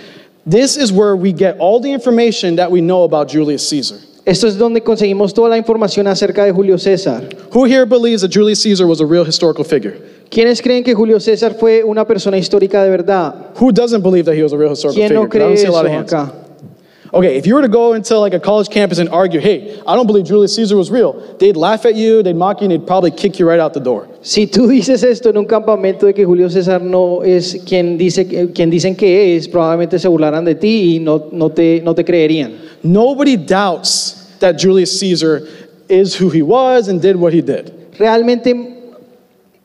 This is where we get all the information that we know about Julius Caesar.
Esto es donde conseguimos toda la información acerca de Julio César.
Who here believes that Julius Caesar was a real historical figure?
¿Quiénes creen que Julio César fue una persona histórica de verdad?
Who doesn't believe that he was a real historical
¿Quién
figure?
no
'Cause I
cree
don't see a
eso
lot of hands.
acá?
Okay, if you were to go into like a college campus and argue, hey, I don't believe Julius Caesar was real, they'd laugh at you, they'd mock you, and they'd probably kick you right out the door.
Si tú dices esto en un campamento de que Julio César no es quien, dice, eh, quien dicen que es, probablemente se burlaran de ti y no, no, te, no te creerían.
Nobody doubts that Julius Caesar is who he was and did what he did.
Realmente,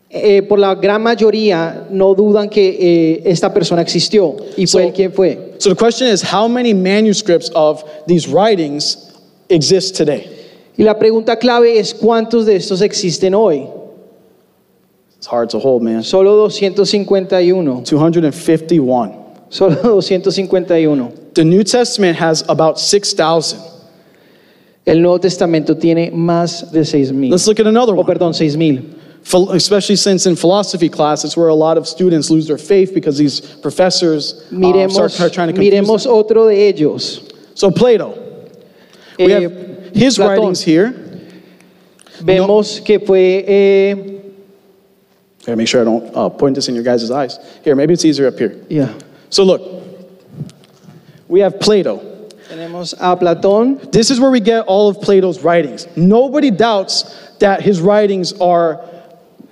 eh, por la gran mayoría, no dudan que eh, esta persona existió y fue
So-
el quien fue.
So the question is how many manuscripts of these writings exist today?
Y la pregunta clave es cuántos de estos existen hoy.
It's hard to hold, man.
Solo 251.
251.
Solo 251.
The New Testament has about 6,000.
El Nuevo Testamento tiene más de 6000.
Let's look at another
O
one.
perdón, 6000.
Phil- Especially since in philosophy class, it's where a lot of students lose their faith because these professors um, start
Miremos,
try- trying to confuse them.
miremos otro de ellos.
So Plato, we
Eh,
have his
Platón.
writings here.
Vemos que fue eh,
Gotta make sure I don't uh, point this in your guys' eyes. Here, maybe it's easier up here.
ya.
So look, we have Plato.
Tenemos a Platón.
This is where we get all of Plato's writings. Nobody doubts that his writings are,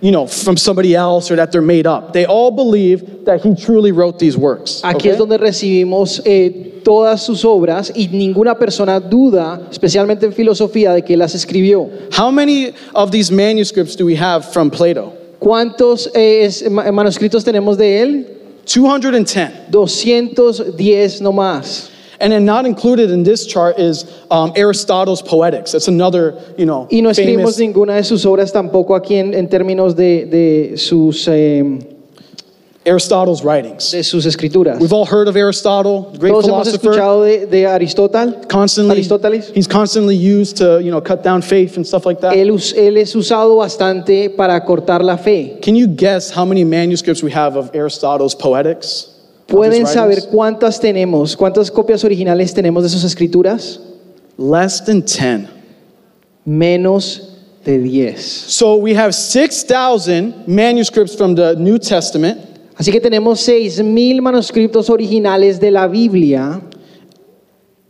you know, from somebody else or that they're made up. They all believe that he truly wrote these works.
Aquí
okay?
es donde recibimos eh, todas sus obras y ninguna persona duda, especialmente en filosofía, de que las escribió.
How many of these manuscripts do we have from Plato?
¿Cuántos eh, es- ma- manuscritos tenemos de él?
210.
210 nomás.
And then not included in this chart is um, Aristotle's Poetics. That's another, you know,
Y no escribimos
famous
ninguna de sus obras tampoco aquí en, en términos de, de sus eh,
Aristotle's writings.
de sus escrituras.
We've all heard of Aristotle, the great
Todos hemos
philosopher.
escuchado de, de Aristóteles.
Constantly,
Aristóteles.
he's constantly used to you know cut down faith and stuff like that.
Él, us- él es usado bastante para cortar la fe.
Can you guess how many manuscripts we have of Aristotle's poetics? Of his
¿Pueden
writings?
saber cuántas tenemos, cuántas copias originales tenemos de sus escrituras?
Less than 10.
Menos de 10.
So we have 6,000 manuscripts from the New Testament,
Así que tenemos 6.000 manuscritos originales de la Biblia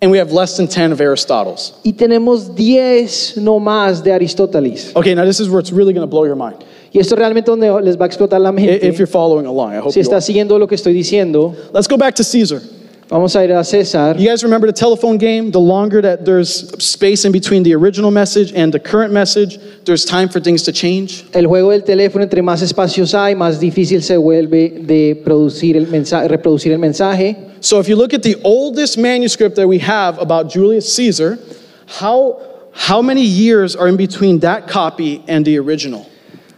and we have less than 10 of Aristotle's.
y tenemos 10 no más de Aristóteles.
Okay, now this is where it's really going to blow your mind.
Y esto es realmente donde les va a explotar la
I- If you're
mente.
following along, I hope
Si
you are.
está siguiendo lo que estoy diciendo,
Let's go back to Caesar.
vamos a ir a César.
You guys remember the telephone game? The longer that there's space in between the original message and the current message, there's time for things to change.
El juego del teléfono, entre más espacios hay, más difícil se vuelve de producir el mensaje, reproducir el mensaje.
So if you look at the oldest manuscript that we have about Julius Caesar, how, how many years are in between that copy and the original?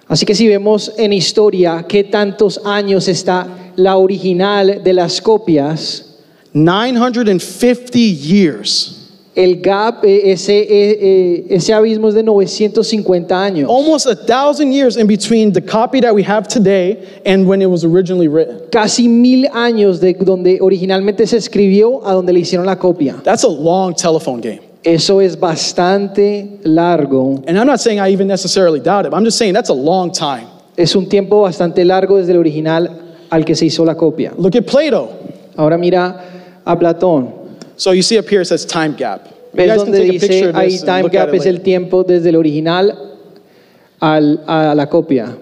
Así que si vemos en historia qué tantos años está la original de las copias,
950 years.
el gap, eh, ese, eh, eh, ese abismo es de 950 años.
Almost a thousand years in between the copy that we have today and when it was originally written.
Casi mil años de donde originalmente se escribió a donde le hicieron la copia.
That's a long telephone game.
Eso es bastante largo.
And I'm not saying I even necessarily doubt it, but I'm just saying that's a long time.
Es un tiempo bastante largo desde el original al que se hizo la copia.
Look at Plato.
Ahora mira a Platón.
So you see up here it says time gap. You
¿Ves
guys can
donde
take a picture
dice
of
ahí
this and
time
look at
gap
it
es el
later.
tiempo desde el original al- a la copia?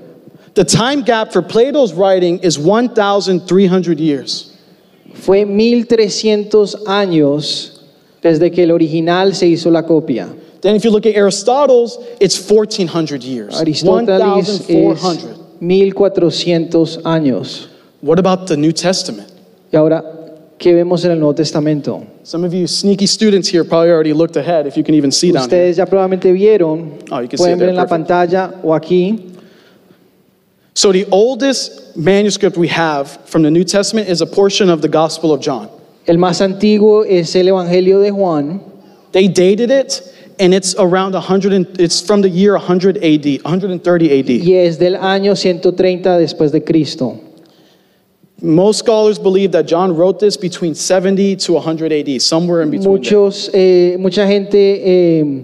The time gap for Plato's writing is 1,300 years.
Fue 1300 años desde que el original se hizo la copia.
Then if you look at Aristotle's, it's 1,400 years.
Aristóteles es
1,400.
1400 años.
What about the New Testament?
Y ahora, ¿qué vemos en el Nuevo Testamento?
Some of you sneaky students here probably already looked ahead, if you can even see down here.
Ustedes ya probablemente vieron,
Oh, you can see
pueden
it
ver
there,
en la
perfect.
pantalla o aquí,
So the oldest manuscript we have from the New Testament is a portion of the Gospel of John.
el más antiguo es el Evangelio de Juan.
They dated it, and it's around 100. And, it's from the year 100 AD, 130 AD.
y es del año 130 después de Cristo.
Most scholars believe that John wrote this between 70 to 100 AD, somewhere in between. there.
Muchos, eh, mucha gente eh,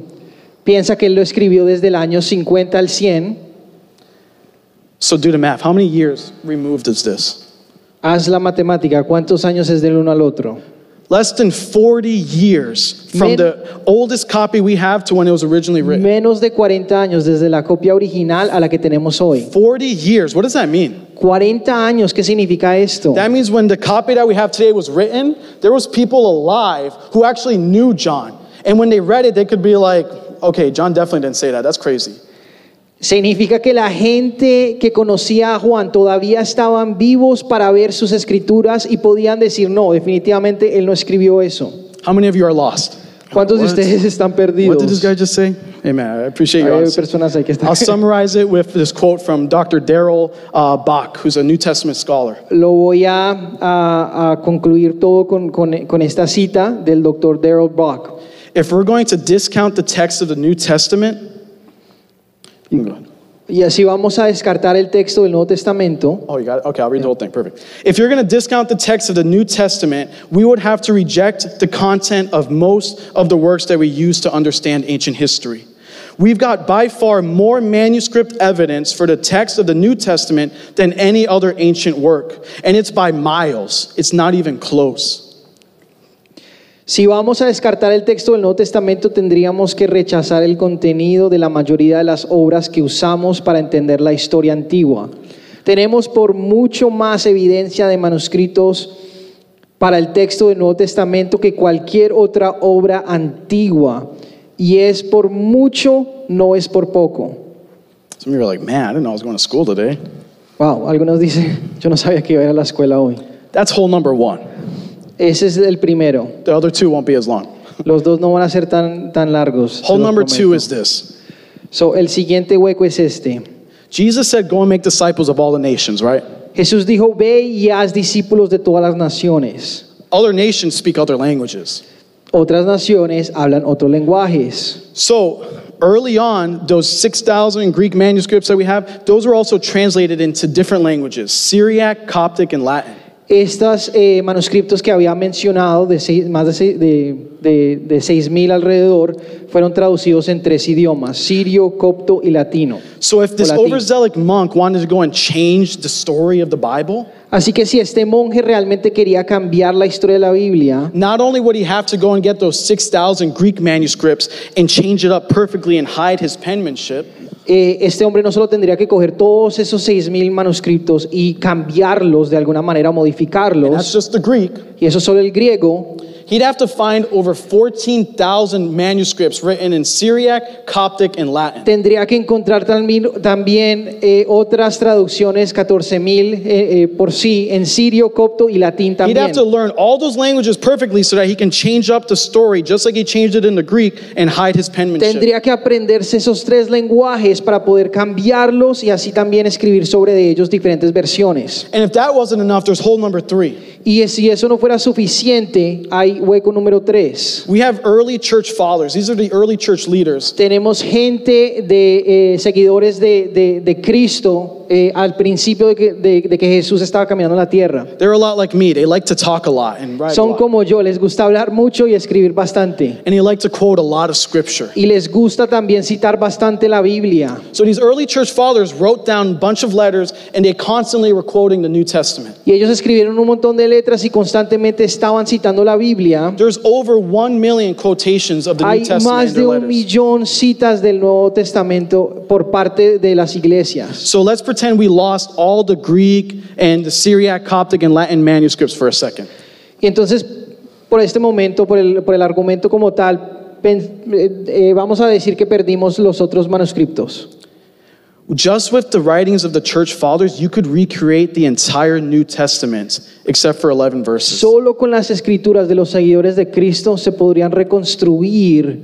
piensa que él lo escribió desde el año 50 al 100.
So do the math. How many years removed is this?
Haz la matemática, ¿cuántos años es del uno al otro?
Less than 40 years from
Men-
the oldest copy we have to when it was originally written.
Menos de 40 años desde la copia original a la que tenemos hoy.
40 years. What does that mean?
40 años, ¿qué significa esto?
That means when the copy that we have today was written, there was people alive who actually knew John. And when they read it, they could be like, okay, John definitely didn't say that. That's crazy.
Significa que la gente que conocía a Juan todavía estaban vivos para ver sus escrituras y podían decir, no, definitivamente él no escribió eso.
How many of you are lost?
¿Cuántos de
What?
ustedes están perdidos?
What did this guy just say? Amen. I appreciate your
Hay
honesty.
personas ahí que están-
I'll summarize it with this quote from Dr. Daryl uh, Bach, who's a New Testament scholar.
Lo voy a, a- a concluir todo con, con- con esta cita del doctor Daryl Brock.
If we're going to discount the text of the New Testament, you can go ahead.
Y así vamos a descartar el texto del Nuevo Testamento.
Oh, you got it? Okay, I'll read the whole thing. Perfect. If you're going to discount the text of the New Testament, we would have to reject the content of most of the works that we use to understand ancient history. We've got by far more manuscript evidence for the text of the New Testament than any other ancient work, and it's by miles. It's not even close.
Si vamos a descartar el texto del Nuevo Testamento, tendríamos que rechazar el contenido de la mayoría de las obras que usamos para entender la historia antigua. Tenemos por mucho más evidencia de manuscritos para el texto del Nuevo Testamento que cualquier otra obra antigua. Y es por mucho, no es por poco.
Some of you are like, man, I didn't know I was going to school today.
Wow, algunos dicen, yo no sabía que iba a ir a la escuela hoy.
That's hole number one.
Ese es el primero.
The other two won't be as long.
Los dos no van a ser tan, tan largos. se
Hole
los
number two
prometo.
is this
So, el siguiente hueco es este.
Jesus said, Go and make disciples of all the nations, right?
Jesús dijo, ve y haz discípulos de todas las naciones.
Other nations speak other languages.
Otras naciones hablan otros lenguajes.
So early on, those 6,000 Greek manuscripts that we have, those were also translated into different languages Syriac, Coptic, and Latin.
Estos eh, manuscritos que había mencionado, de seis- más de seis- de, de, de 6.000 alrededor, fueron traducidos en tres idiomas, sirio, copto y latino.
So if this
Latin.
overzealous monk wanted to go and change the story of the Bible,
Así que si este monje realmente quería cambiar la historia de la Biblia,
not only would he have to go and get those 6,000 Greek manuscripts and change it up perfectly and hide his penmanship,
eh, este hombre no solo tendría que coger todos esos 6.000 manuscritos y cambiarlos de alguna manera,
and that's
modificarlos,
just the Greek,
y eso solo el griego,
he'd have to find over 14,000 manuscripts written in Syriac, Coptic, and Latin.
tendría que encontrar también, también, eh, otras traducciones, 14.000 eh, eh, por sí, en sirio, copto y latín
He'd
también.
have to learn all those languages perfectly so that he can change up the story just like he changed it in the Greek and hide his penmanship.
Tendría que aprenderse esos tres lenguajes para poder cambiarlos y así también escribir sobre de ellos diferentes versiones.
And if that wasn't enough, there's hole number three.
Y si eso no fuera suficiente, hay hueco número tres.
We have early church fathers. These are the early church leaders.
Tenemos gente de eh, seguidores de, de- de Cristo eh, al principio de que, de- de que Jesús estaba caminando en la tierra.
They're a lot like me. They like to talk a lot and write a
Son
lot.
como yo, les gusta hablar mucho y escribir bastante.
And they like to quote a lot of scripture.
Y les gusta también citar bastante la Biblia.
So these early church fathers wrote down a bunch of letters and they constantly were quoting the New Testament.
Y ellos escribieron un montón de letras y constantemente estaban citando la Biblia.
There's over one million quotations of the New
Hay
Testament in
más
their
de un
letters.
millón citas del Nuevo Testamento por parte de las iglesias.
So let's pretend we lost all the Greek and the Syriac, Coptic, and Latin manuscripts for a second.
Y entonces, por este momento, por el, por el argumento como tal, pen- eh, eh, vamos a decir que perdimos los otros manuscritos.
Just with the writings of the church fathers, you could recreate the entire New Testament except for 11 verses.
Solo con las escrituras de los seguidores de Cristo se podrían reconstruir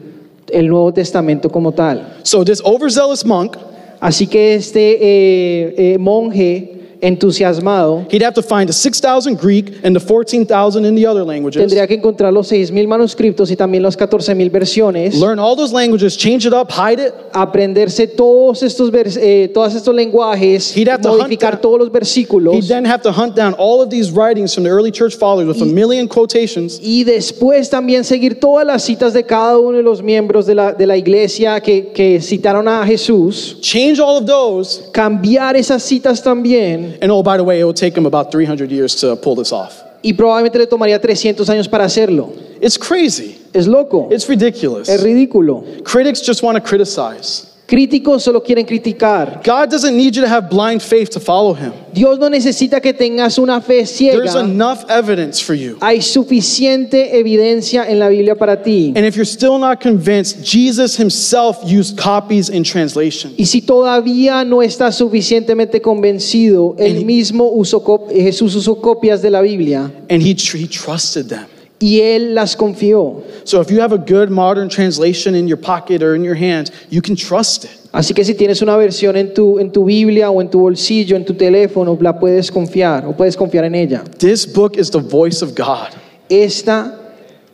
el Nuevo Testamento como tal.
so this overzealous monk,
Así que este eh, eh, monje entusiasmado
he'd have to find the 6,000 Greek and the 14,000 in the other languages.
tendría que encontrar los 6.000 manuscritos y también las 14.000 versiones.
Learn all those languages, change it up, hide it.
aprenderse todos estos, vers- eh, todos estos lenguajes,
He'd have to hunt
modificar
down-
todos los
He'd
versículos
then have to hunt down all of these writings from the early church fathers with a million quotations.
y después también seguir todas las citas de cada uno de los miembros de la, de la iglesia que, que citaron a Jesús,
Change all of those.
cambiar esas citas también
And oh, by the way, it would take him about 300 years to pull this off.
y probablemente le tomaría 300 años para hacerlo.
It's crazy.
Es loco,
It's ridiculous.
es ridículo.
Critics just want to criticize.
Críticos solo quieren criticar.
God doesn't need you to have blind faith to follow him.
Dios no necesita que tengas una fe
There's
ciega.
enough evidence for you.
Hay suficiente evidencia en la Biblia para ti.
And if you're still not convinced, Jesus himself used copies and translation.
Y si todavía no estás suficientemente convencido,
And he-
él mismo usó cop- Jesús usó copias de la Biblia
And he, tr- he trusted them.
y él las confió.
So if you have a good modern translation in your pocket or in your hand, you can trust it.
Así que si tienes una versión en tu, en tu Biblia o en tu bolsillo, en tu teléfono, la puedes confiar o puedes confiar en ella.
This book is the voice of God,
Esta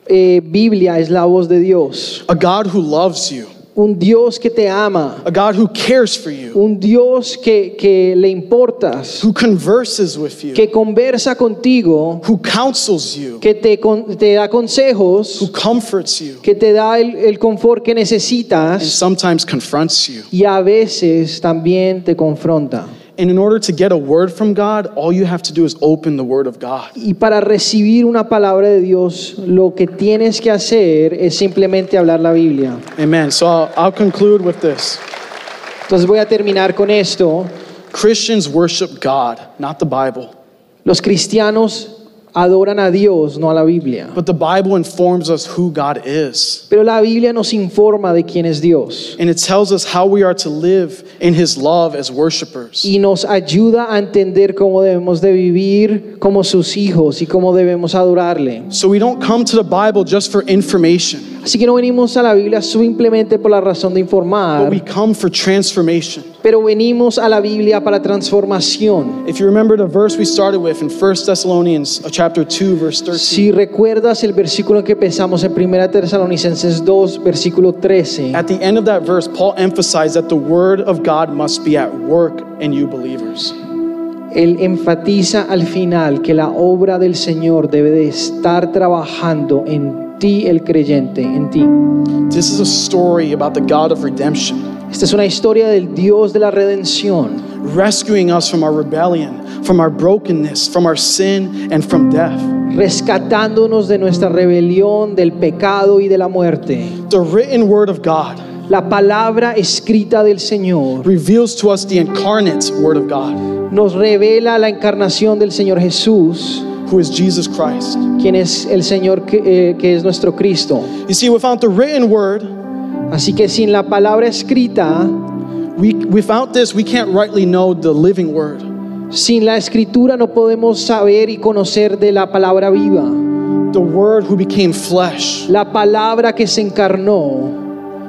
eh, Biblia es la voz de Dios,
a God who loves you,
un Dios que te ama,
a God who cares for you,
un Dios que, que le importas,
who converses with you,
que conversa contigo,
who counsels you,
que te, con- te da consejos.
who comforts you,
que te da el, el confort que
and
necesitas
sometimes confronts you.
y a veces también te confronta.
And in order to get a word from God, all you have to do is open the word of God.
Y para recibir una palabra de Dios, lo que tienes que hacer es simplemente hablar la Biblia.
Amen. So I'll, I'll conclude with this
Entonces voy a terminar con esto.
Christians worship God, not the Bible.
Los cristianos adoran a Dios, no a la Biblia.
But the Bible informs us who God is,
Pero la Biblia nos informa de quién es Dios
and it tells us how we are to live in His love as worshipers.
y nos ayuda a entender cómo debemos de vivir como sus hijos y cómo debemos adorarle.
So we don't come to the Bible just for information,
Así que no venimos a la Biblia simplemente por la razón de
but we
informar,
come for transformation.
pero venimos a la Biblia para transformación.
If you remember the verse we started with in 1 Thessalonians uh, chapter 2 verse 13,
Si recuerdas el versículo en que empezamos en 1 Tesalonicenses 2, versículo 13,
at the end of that verse Paul emphasized that the word of God must be at work in you believers.
él enfatiza al final que la obra del Señor debe de estar trabajando en ti el creyente, en ti.
This is a story about the God of redemption,
Esta es una historia del Dios de la redención.
rescuing us from our rebellion, from our brokenness, from our sin and from death.
rescatándonos de nuestra rebelión, del pecado y de la muerte.
The written word of God
La palabra escrita del Señor
reveals to us the incarnate Word of God,
nos revela la encarnación del Señor Jesús,
who is Jesus Christ.
quien es el Señor que, eh, que es nuestro Cristo.
You see, without the written Word,
Así que sin la palabra escrita,
we, without this, we can't rightly know the living Word.
sin la escritura no podemos saber y conocer de la palabra viva.
The Word who became flesh.
La palabra que se encarnó.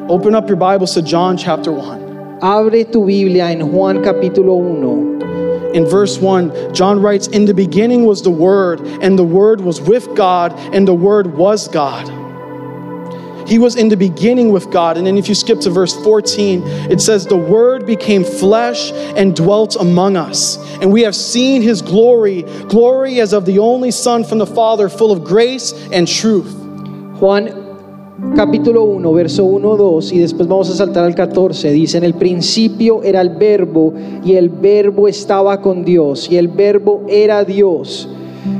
Open up your Bibles to John chapter 1.
Abre tu Biblia en Juan capítulo 1.
In verse 1, John writes, In the beginning was the Word, and the Word was with God, and the Word was God. He was in the beginning with God. And then if you skip to verse 14, it says, The Word became flesh and dwelt among us. And we have seen his glory, glory as of the only Son from the Father, full of grace and truth.
Juan capítulo 1, verso 1, 2 y después vamos a saltar al 14. Dice, en el principio era el verbo y el verbo estaba con Dios y el verbo era Dios.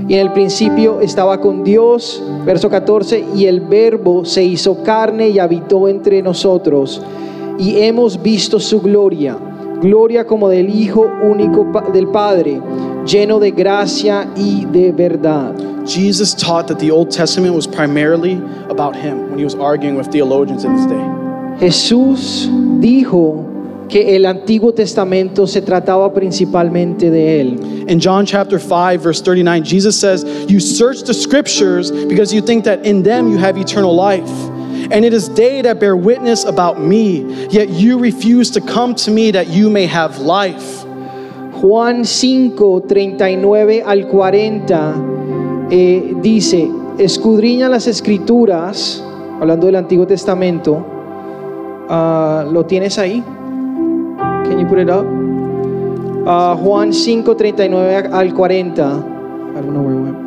Y en el principio estaba con Dios, verso 14, y el verbo se hizo carne y habitó entre nosotros. Y hemos visto su gloria, gloria como del Hijo único pa- del Padre, lleno de gracia y de verdad.
Jesus taught that the Old Testament was primarily about him when he was arguing with theologians in his day.
Jesús dijo que el Antiguo Testamento se trataba principalmente de él.
In John chapter 5, verse 39, Jesus says, You search the scriptures because you think that in them you have eternal life. And it is they that bear witness about me, yet you refuse to come to me that you may have life.
Juan 5, 39 al 40 eh, dice, escudriña las escrituras, hablando del Antiguo Testamento, Ah, ¿lo tienes ahí? Can you put it up? Ah, Juan 5, 39 al 40. I don't know where it went.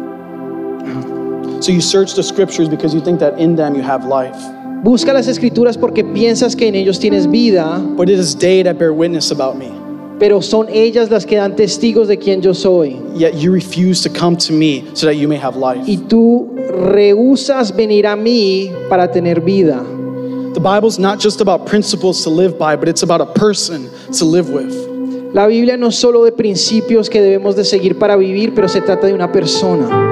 So you search the scriptures because you think that in them you have life.
Busca las escrituras porque piensas que en ellos tienes vida,
But it is they that bear witness about me,
pero son ellas las que dan testigos de quien yo soy.
yet you refuse to come to me so that you may have life.
Y tú rehusas venir a mí para tener vida.
The Bible's not just about principles to live by, but it's about a person to live with.
La Biblia no es solo de principios que debemos de seguir para vivir, pero se trata de una persona.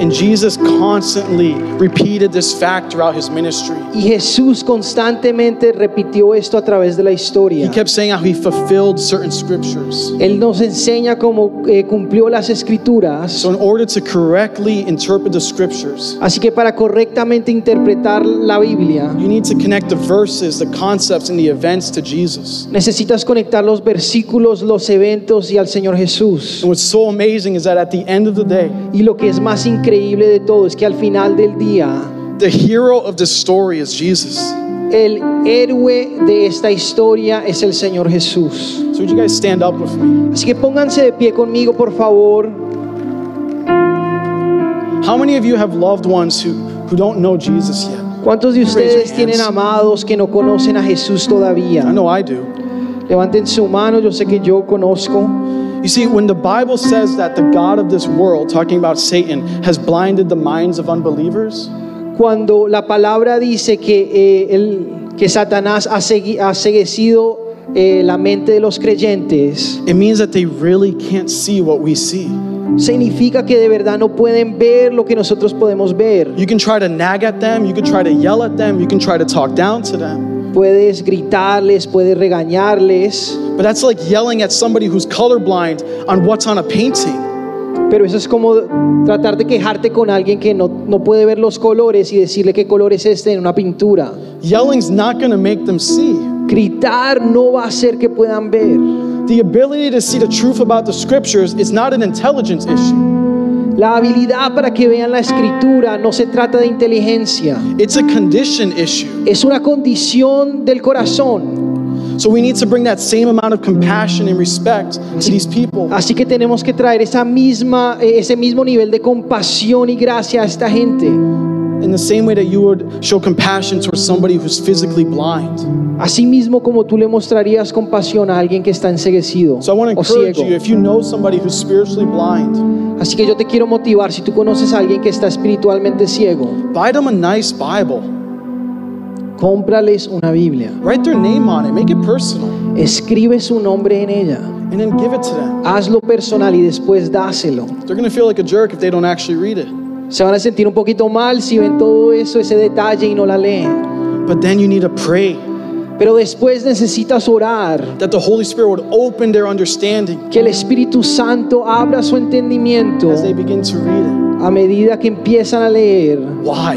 And Jesus constantly repeated this fact throughout his ministry.
Y Jesús constantemente repitió esto a través de la
He
historia.
kept saying how he fulfilled certain scriptures.
Él nos enseña cómo eh, cumplió las escrituras.
So, in order to correctly interpret the scriptures,
Así que para correctamente interpretar la Biblia,
you need to connect the verses, the concepts, and the events to Jesus.
Necesitas conectar los versículos, los eventos y al Señor Jesús.
And what's so amazing is that at the end of the day,
Y lo que es más increíble de todo es que al final del día,
the hero of this story is Jesus. So,
el héroe de esta historia es el Señor Jesús.
would you guys stand up with me?
Así que pónganse de pie conmigo, por favor.
How many of you have loved ones who, who don't know Jesus yet?
¿Cuántos de ustedes
hands.
tienen amados que no conocen a Jesús
I
todavía?
know I do.
Levanten su mano, yo sé que yo conozco.
You see, when the Bible says that the God of this world, talking about Satan, has blinded the minds of unbelievers,
Cuando la palabra dice que, eh, el- que Satanás ha, segui- ha ceguecido eh, la mente de los creyentes,
it means that they really can't see what we see.
significa que de verdad no pueden ver lo que nosotros podemos ver.
You can try to nag at them, you can try to yell at them, you can try to talk down to them,
Puedes gritarles, puedes regañarles,
but that's like yelling at somebody who's colorblind on what's on a painting.
Pero eso es como tratar de quejarte con alguien que no, no puede ver los colores y decirle qué color es este en una pintura.
Yelling's not going to make them see.
Gritar no va a hacer que puedan ver.
The ability to see the truth about the scriptures is not an intelligence issue,
La habilidad para que vean la escritura no se trata de inteligencia.
it's a condition issue.
Es una condición del corazón.
So we need to bring that same amount of compassion and respect to these people.
Así que tenemos que traer esa misma, eh, ese mismo nivel de compasión y gracia a esta gente.
In the same way that you would show compassion towards somebody who's physically blind.
Asimismo como tú le mostrarías compasión a alguien que está enseguecido
So I want to
o
encourage
ciego.
you if you know somebody who's spiritually blind,
Así que yo te quiero motivar, si tú conoces a alguien que está espiritualmente ciego,
buy them a nice Bible.
cómprales una Biblia,
Write their name on it, make it personal,
escribe su nombre en ella,
and then give it to them.
hazlo personal y después dáselo.
They're going to feel like a jerk if they don't actually read it.
Se van a sentir un poquito mal si ven todo eso, ese detalle y no la leen.
But then you need to pray
Pero después necesitas orar,
that the Holy Spirit would open their understanding
que el Espíritu Santo abra su entendimiento
as they begin to read it.
a medida que empiezan a leer.
Why?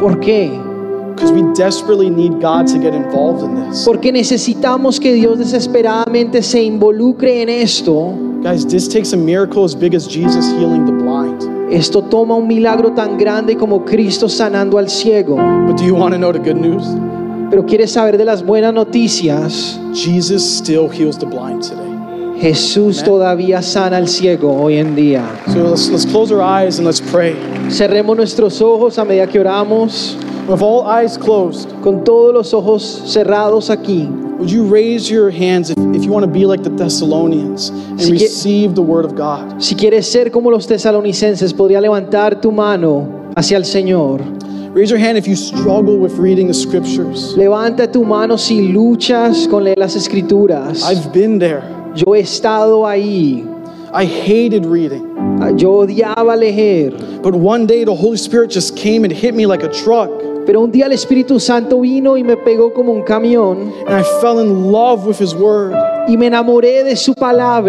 ¿Por qué?
Because we desperately need God to get involved in this.
Porque necesitamos que Dios desesperadamente se involucre en esto.
Guys, this takes a miracle as big as Jesus healing the blind.
Esto toma un milagro tan grande como Cristo sanando al ciego.
But do you want to know the good news?
Pero quieres saber de las buenas noticias.
Jesus still heals the blind today.
Jesús todavía sana al ciego hoy en día.
So let's, let's close our eyes and let's pray.
Cerremos nuestros ojos a medida que oramos.
With all eyes closed,
Con todos los ojos cerrados aquí.
would you raise your hands if, if you want to be like the Thessalonians and
Si que-
receive the word of God?
Si quieres ser como los tesalonicenses, podría levantar tu mano hacia el Señor.
Raise your hand if you struggle with reading the scriptures.
Levanta tu mano si luchas con leer las escrituras.
I've been there.
Yo he estado ahí.
I hated reading,
Yo odiaba leer.
but one day the Holy Spirit just came and hit me like a truck,
Pero un día el Espíritu Santo vino y me pegó como un camión
and I fell in love with His Word.
y me enamoré de su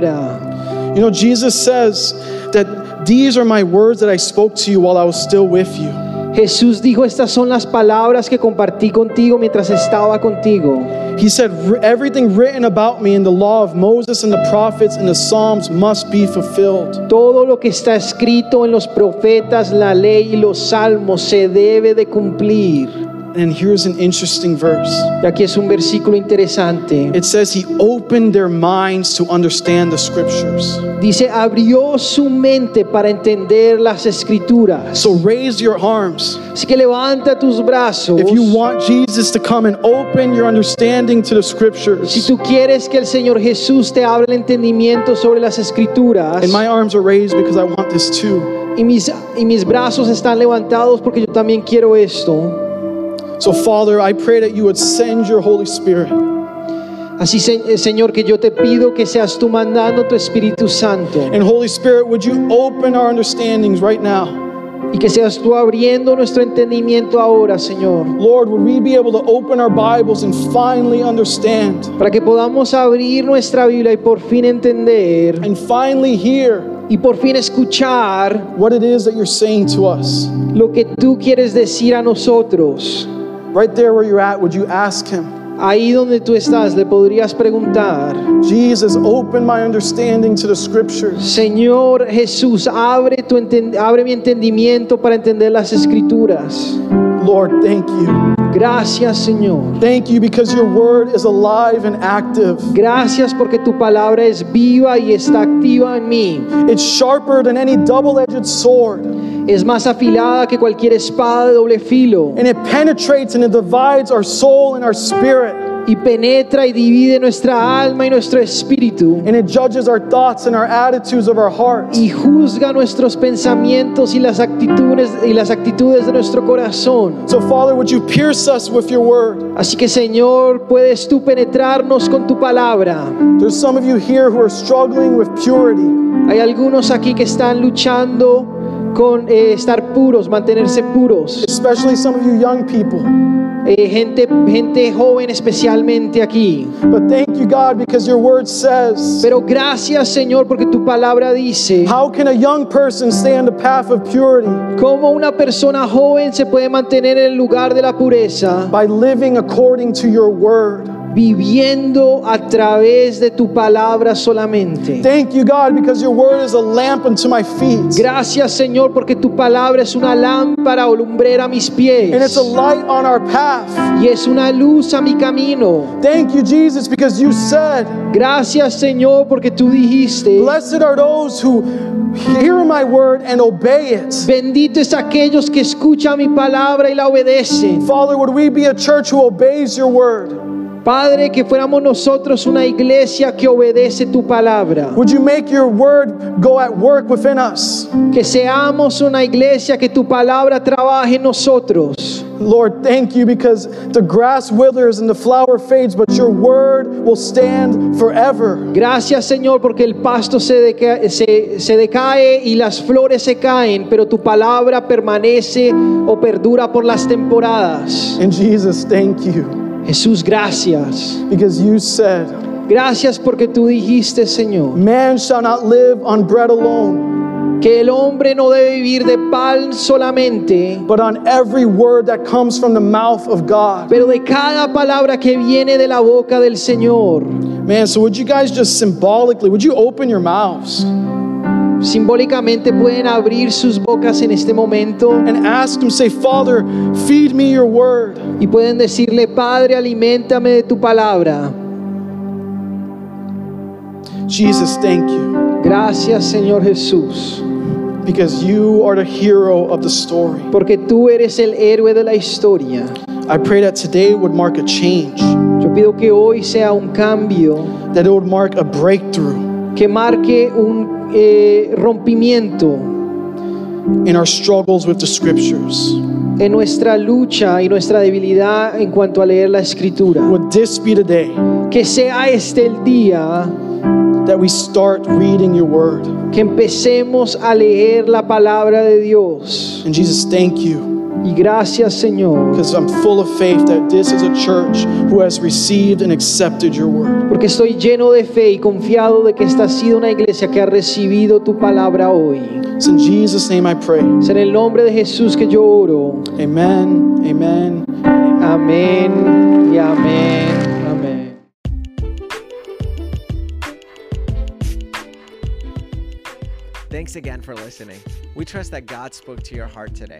palabra.
You know, Jesus says that these are my words that I spoke to you while I was still with you.
Jesús dijo, estas son las palabras que compartí contigo mientras estaba contigo.
He said, "Wr- Everything written about me in the law of Moses and the prophets and the Psalms must be fulfilled.
Todo lo que está escrito en los profetas, la ley y los salmos se debe de cumplir.
And here's an interesting verse
Y aquí es un versículo interesante.
it says, He opened their minds to understand the scriptures.
Dice, abrió su mente para entender las escrituras.
So raise your arms.
Así que levanta tus brazos.
If you want Jesus to come and open your understanding to the
Si
scriptures,
tú quieres que el Señor Jesús te abra el entendimiento sobre las escrituras
and my arms are raised because I want this too.
y mis, y mis brazos están levantados porque yo también quiero esto,
So, Father, I pray that you would send your Holy Spirit
así se- eh, Señor que yo te pido que seas tú mandando tu Espíritu Santo
and Holy Spirit, would you open our understandings right now?
y que seas tú abriendo nuestro entendimiento ahora Señor,
Lord, would we be able to open our Bibles and finally understand
para que podamos abrir nuestra Biblia y por fin entender
and finally hear
y por fin escuchar
what it is that you're saying to us?
lo que tú quieres decir a nosotros.
Right there where you're at, would you ask Him,
Ahí donde tú estás le podrías preguntar.
Jesus, open my understanding to the scriptures?
Señor Jesús, abre, tu enten- abre mi entendimiento para entender las escrituras.
Lord, thank you.
Gracias, Señor.
Thank you because your word is alive and active.
Gracias porque tu palabra es viva y está activa en mí.
It's sharper than any double edged sword, and
Es más afilada que cualquier espada de doble filo
it penetrates and it divides our soul and our spirit,
y penetra y divide nuestra alma y nuestro espíritu
and it judges our thoughts and our attitudes of our hearts.
y juzga nuestros pensamientos y las actitudes y las actitudes de nuestro corazón.
So, Father, would you pierce us with your word?
Así que, Señor, puedes tú penetrarnos con tu palabra.
There's some of you here who are struggling with purity.
Hay algunos aquí que están luchando con eh, estar puros, mantenerse puros,
Especially some of you young people.
eh, gente, gente joven especialmente aquí.
But thank you, God, because your word says,
Pero gracias Señor porque tu palabra dice,
How can a young person stay on the path of purity?
¿cómo una persona joven se puede mantener en el lugar de la pureza?
By living according to your word.
Viviendo a través de tu palabra solamente.
Thank you, God, because your word is a lamp unto my feet.
Gracias Señor porque tu palabra es una lámpara o lumbrera a mis
And it's
pies
a light on our path.
y es una luz a mi camino.
Thank you, Jesus, because you said,
Gracias Señor porque tú dijiste,
Blessed are those who hear my word and obey it.
bendito es aquellos que escuchan mi palabra y la obedecen.
Father, would we be a church who obeys your word?
Padre, que fuéramos nosotros una iglesia que obedece tu palabra.
Would you make your word go at work within us?
Que seamos una iglesia que tu palabra trabaje en nosotros.
Lord, thank you because the grass withers and the flower fades, but your word will stand forever.
Gracias Señor porque el pasto se, deca- se- se decae y las flores se caen, pero tu palabra permanece o perdura por las temporadas.
And Jesus, thank you
Jesús, gracias.
because you said,
Gracias porque tú dijiste Señor
Man shall not live on bread alone,
que el hombre no debe vivir de pan solamente,
but on every word that comes from the mouth of God.
pero de cada palabra que viene de la boca del Señor.
Man, so would you guys just symbolically, would you open your mouths
Simbólicamente pueden abrir sus bocas en este momento
and ask Him, say, Father, feed me your word.
y pueden decirle, Padre, aliméntame de tu palabra.
Jesus, thank you
Gracias, Señor Jesús,
because you are the hero of the story.
porque tú eres el héroe de la historia.
I pray that today would mark a change,
Yo pido que hoy sea un cambio
that it would mark a breakthrough
que marque un eh, rompimiento
in our struggles with the scriptures.
en nuestra lucha y nuestra debilidad en cuanto a leer la escritura.
Would this be the day
Que sea este el día
that we start reading your word?
que empecemos a leer la palabra de Dios.
And Jesus, thank you
Y gracias, Señor.
because I'm full of faith that this is a church who has received and accepted your word.
Porque estoy lleno de fe y confiado de que esta ha sido una iglesia que ha recibido tu palabra hoy.
It's in Jesus' name I pray.
Es en el nombre de Jesús que yo oro.
Amen. Amen.
Amén y amén. Amén.
Thanks again for listening. We trust that God spoke to your heart today.